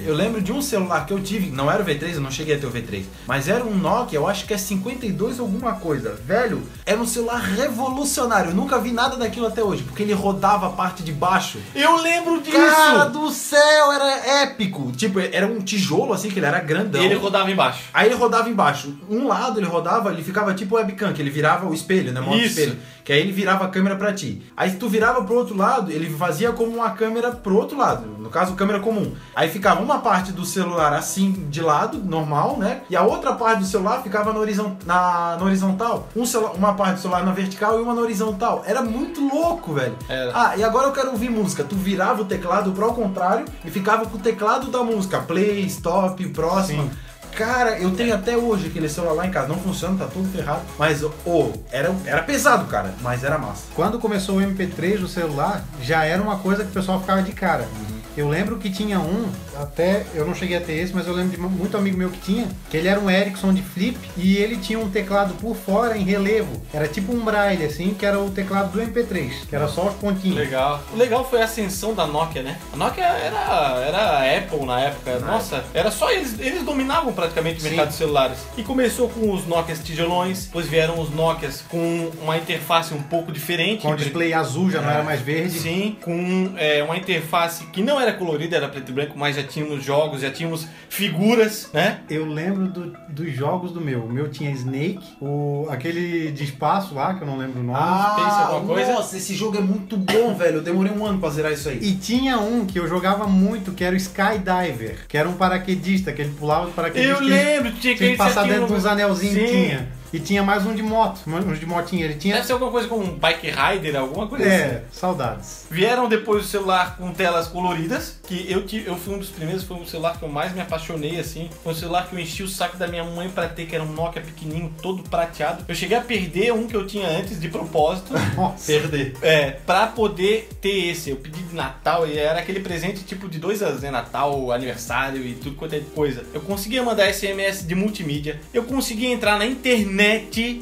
S3: Eu lembro de um celular que eu tive, não era o V3, eu não cheguei a ter o V3, mas era um Nokia, eu acho que é 52 alguma coisa. Velho, era um celular revolucionário, eu nunca vi nada daquilo até hoje, porque ele rodava a parte de baixo.
S2: Eu lembro disso!
S3: Cara do céu, era épico! Tipo, era um tijolo assim, que ele era grandão.
S2: Ele rodava embaixo.
S3: Aí ele rodava embaixo. Um lado ele rodava, ele ficava tipo webcam, que ele virava o espelho, né? Modo
S2: Isso.
S3: espelho. Que aí ele virava a câmera pra ti. Aí tu virava pro outro lado, ele fazia como uma câmera pro outro lado. No caso, câmera comum. Aí ficava uma parte do celular assim, de lado, normal, né? E a outra parte do celular ficava na, horizon- na- na horizontal. Um celu- uma parte do celular na vertical e uma na horizontal. Era muito louco, velho.
S2: Era.
S3: Ah, e agora eu quero ouvir música. Tu virava o teclado pro contrário e ficava com o teclado da música. Play, stop, próximo.
S2: Sim.
S3: Cara, eu
S1: É.
S3: tenho até hoje aquele celular lá em casa. Não funciona, tá tudo ferrado. Mas, ô, era, era pesado, cara. Mas era massa.
S1: Quando começou o MP3 no celular, já era uma coisa que o pessoal ficava de cara. Eu lembro que tinha um, até eu não cheguei a ter esse, mas eu lembro de mu- muito amigo meu que tinha, que ele era um Ericsson de flip e ele tinha um teclado por fora em relevo. Era tipo um braille, assim, que era o teclado do MP3, que era só os pontinhos.
S2: Legal. O legal foi a ascensão da Nokia, né? A Nokia era, era a Apple na época. Nossa, era só eles. Eles dominavam praticamente o
S1: Sim.
S2: mercado de celulares. E começou com os Nokias tijolões, depois vieram os Nokias com uma interface um pouco diferente.
S1: Com o display azul, já não era mais verde.
S2: É. Sim, com é, uma interface que não era colorida, era preto e branco, mas já tínhamos jogos, já tínhamos figuras, né?
S1: Eu lembro do- dos jogos do meu. O meu tinha Snake, o, aquele de espaço lá, que eu não lembro o nome.
S2: Space, alguma coisa?
S3: nossa, esse jogo é muito bom, velho. Eu demorei um ano pra zerar isso aí.
S1: E tinha um que eu jogava muito, que era o Skydiver, que era um paraquedista, que ele pulava de
S2: Eu
S1: paraquedista. e
S2: lembro, tinha que
S1: Tinha que passar
S2: tinha
S1: dentro de
S2: um-
S1: uns anelzinhos
S2: Sim.
S1: que tinha. E tinha mais um de moto, uns de motinha. Ele tinha.
S2: Deve ser alguma coisa com um bike rider, alguma coisa assim.
S1: É, saudades.
S2: Vieram depois o celular com telas coloridas, que eu tive, eu fui um dos primeiros, foi um celular que eu mais me apaixonei assim. Foi um celular que eu enchi o saco da minha mãe pra ter, que era um Nokia pequenininho, todo prateado. Eu cheguei a perder um que eu tinha antes de propósito.
S1: Nossa.
S3: Perder.
S2: É, pra poder ter esse. Eu pedi de Natal e era aquele presente tipo de dois anos, né? Natal, aniversário e tudo quanto é coisa. Eu conseguia mandar SMS de multimídia. Eu conseguia entrar na internet.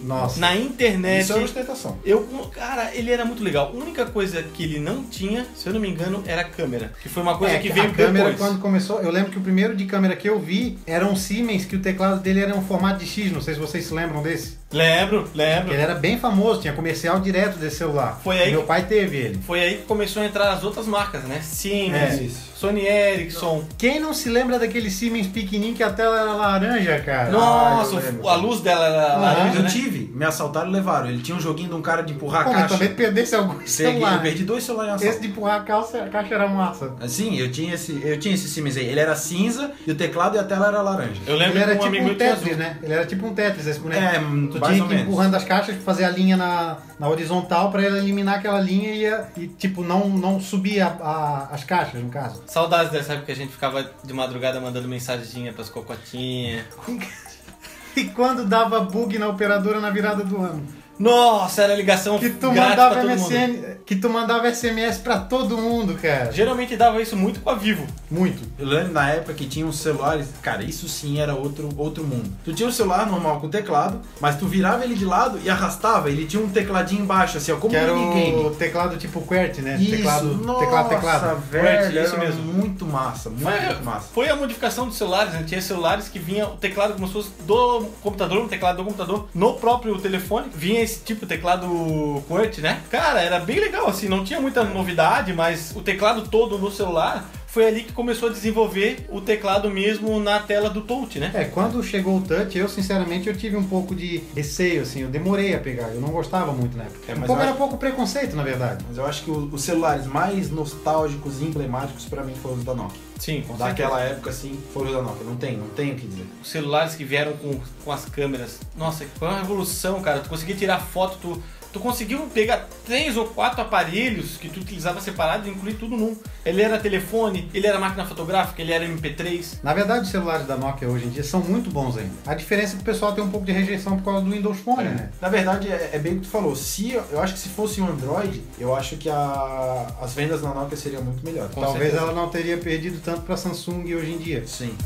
S1: Nossa. um
S2: Na internet.
S3: Isso é uma ostentação.
S2: Eu, cara, ele era muito legal. A única coisa que ele não tinha, se eu não me engano, era a câmera. Que foi uma coisa
S1: É,
S2: que
S1: a
S2: veio
S1: câmera
S2: depois.
S1: quando começou, eu lembro que o primeiro de câmera que eu vi era um Siemens que o teclado dele era um formato de X, não sei se vocês se lembram desse.
S2: Lembro, lembro.
S1: Ele era bem famoso, tinha comercial direto desse celular.
S2: Foi aí
S1: Meu
S2: que-
S1: pai teve ele.
S2: Foi aí que começou a entrar as outras marcas, né? Siemens,
S1: É,
S3: isso.
S2: Sony Ericsson.
S1: Quem não se lembra daquele Siemens pequenininho que a tela era laranja, cara?
S2: Nossa,
S3: eu lembro.
S2: a luz dela era
S1: Ah,
S2: laranja,
S3: Eu
S2: né?
S3: tive, me assaltaram e levaram. Ele tinha um joguinho de um cara de empurrar a
S1: Como eu
S3: caixa.
S1: também perdesse algum
S3: Peguei, eu
S1: celular.
S3: perdi dois celulares em assalto.
S1: Esse de empurrar a calça, a caixa era massa.
S3: Assim, eu tinha esse, eu tinha esse Siemens aí. Ele era cinza e o teclado e a tela era laranja.
S2: Eu lembro
S1: Ele era
S2: que um
S1: tipo
S2: amigo
S1: um
S2: meu tinha
S1: Tetris,
S2: azul.
S1: né? Ele era tipo um Tetris, esse boneco.
S3: É, hum,
S1: Tu
S3: mais
S1: tinha
S3: ou
S1: que ir
S3: menos.
S1: empurrando as caixas, fazer a linha na, na horizontal pra ela eliminar aquela linha e, ia- e, tipo, não, não subir a- a- as caixas, no caso.
S2: Saudades dessa época que a gente ficava de madrugada mandando mensagenzinha pras cocotinhas.
S1: E quando dava bug na operadora na virada do ano?
S2: Nossa, era ligação
S1: Que tu
S2: grátis pra
S1: mandava
S2: todo mundo.
S1: MSN, que tu mandava SMS pra todo mundo, cara.
S2: Geralmente dava isso muito com a Vivo.
S1: Muito.
S3: Eu lembro na época que tinha uns celulares, cara, isso sim era outro, outro mundo. Tu tinha um celular normal com teclado, mas tu virava ele de lado e arrastava, ele tinha um tecladinho embaixo, assim, ó, como
S1: Que era
S3: um minigame.
S1: o teclado tipo QWERTY, né?
S3: Isso,
S1: teclado,
S3: nossa,
S1: teclado, teclado.
S3: velho,
S2: Isso
S3: isso era
S2: mesmo.
S3: muito massa, muito
S1: é
S3: massa.
S2: Foi a modificação dos celulares, né? Tinha celulares que vinha o teclado como se fosse do computador, o teclado do computador, no próprio telefone. Vinha esse tipo de teclado QWERTY, né? Cara, era bem legal, assim, não tinha muita novidade, mas o teclado todo no celular foi ali que começou a desenvolver o teclado mesmo na tela do touch, né?
S1: É, quando chegou o touch, eu sinceramente eu tive um pouco de receio, assim, eu demorei a pegar, eu não gostava muito na época.
S3: É,
S1: um
S3: mas
S1: pouco
S3: eu
S1: era pouco preconceito, na verdade.
S3: Mas eu acho que o- os celulares mais nostálgicos e emblemáticos pra mim foram os da Nokia.
S1: É.
S2: Sim, com certeza.
S3: Daquela época, assim, foram os da Nokia. Não tem, não tem o que dizer.
S2: Os celulares que vieram com, com as câmeras. Nossa, foi uma revolução, cara. Tu conseguia tirar foto, tu, tu conseguiu pegar três ou quatro aparelhos que tu utilizava separado e incluir tudo num. Ele era telefone, ele era máquina fotográfica, ele era MP3.
S1: Na verdade, os celulares da Nokia hoje em dia são muito bons ainda. A diferença é que o pessoal tem um pouco de rejeição por causa do Windows Phone, né?
S3: Na verdade, é, é bem o que tu falou. Se, eu acho que se fosse um Android, eu acho que a- as vendas na Nokia seriam muito melhores.
S2: Com
S1: Talvez
S2: certeza.
S1: ela não teria perdido tanto pra Samsung hoje em dia.
S3: Sim.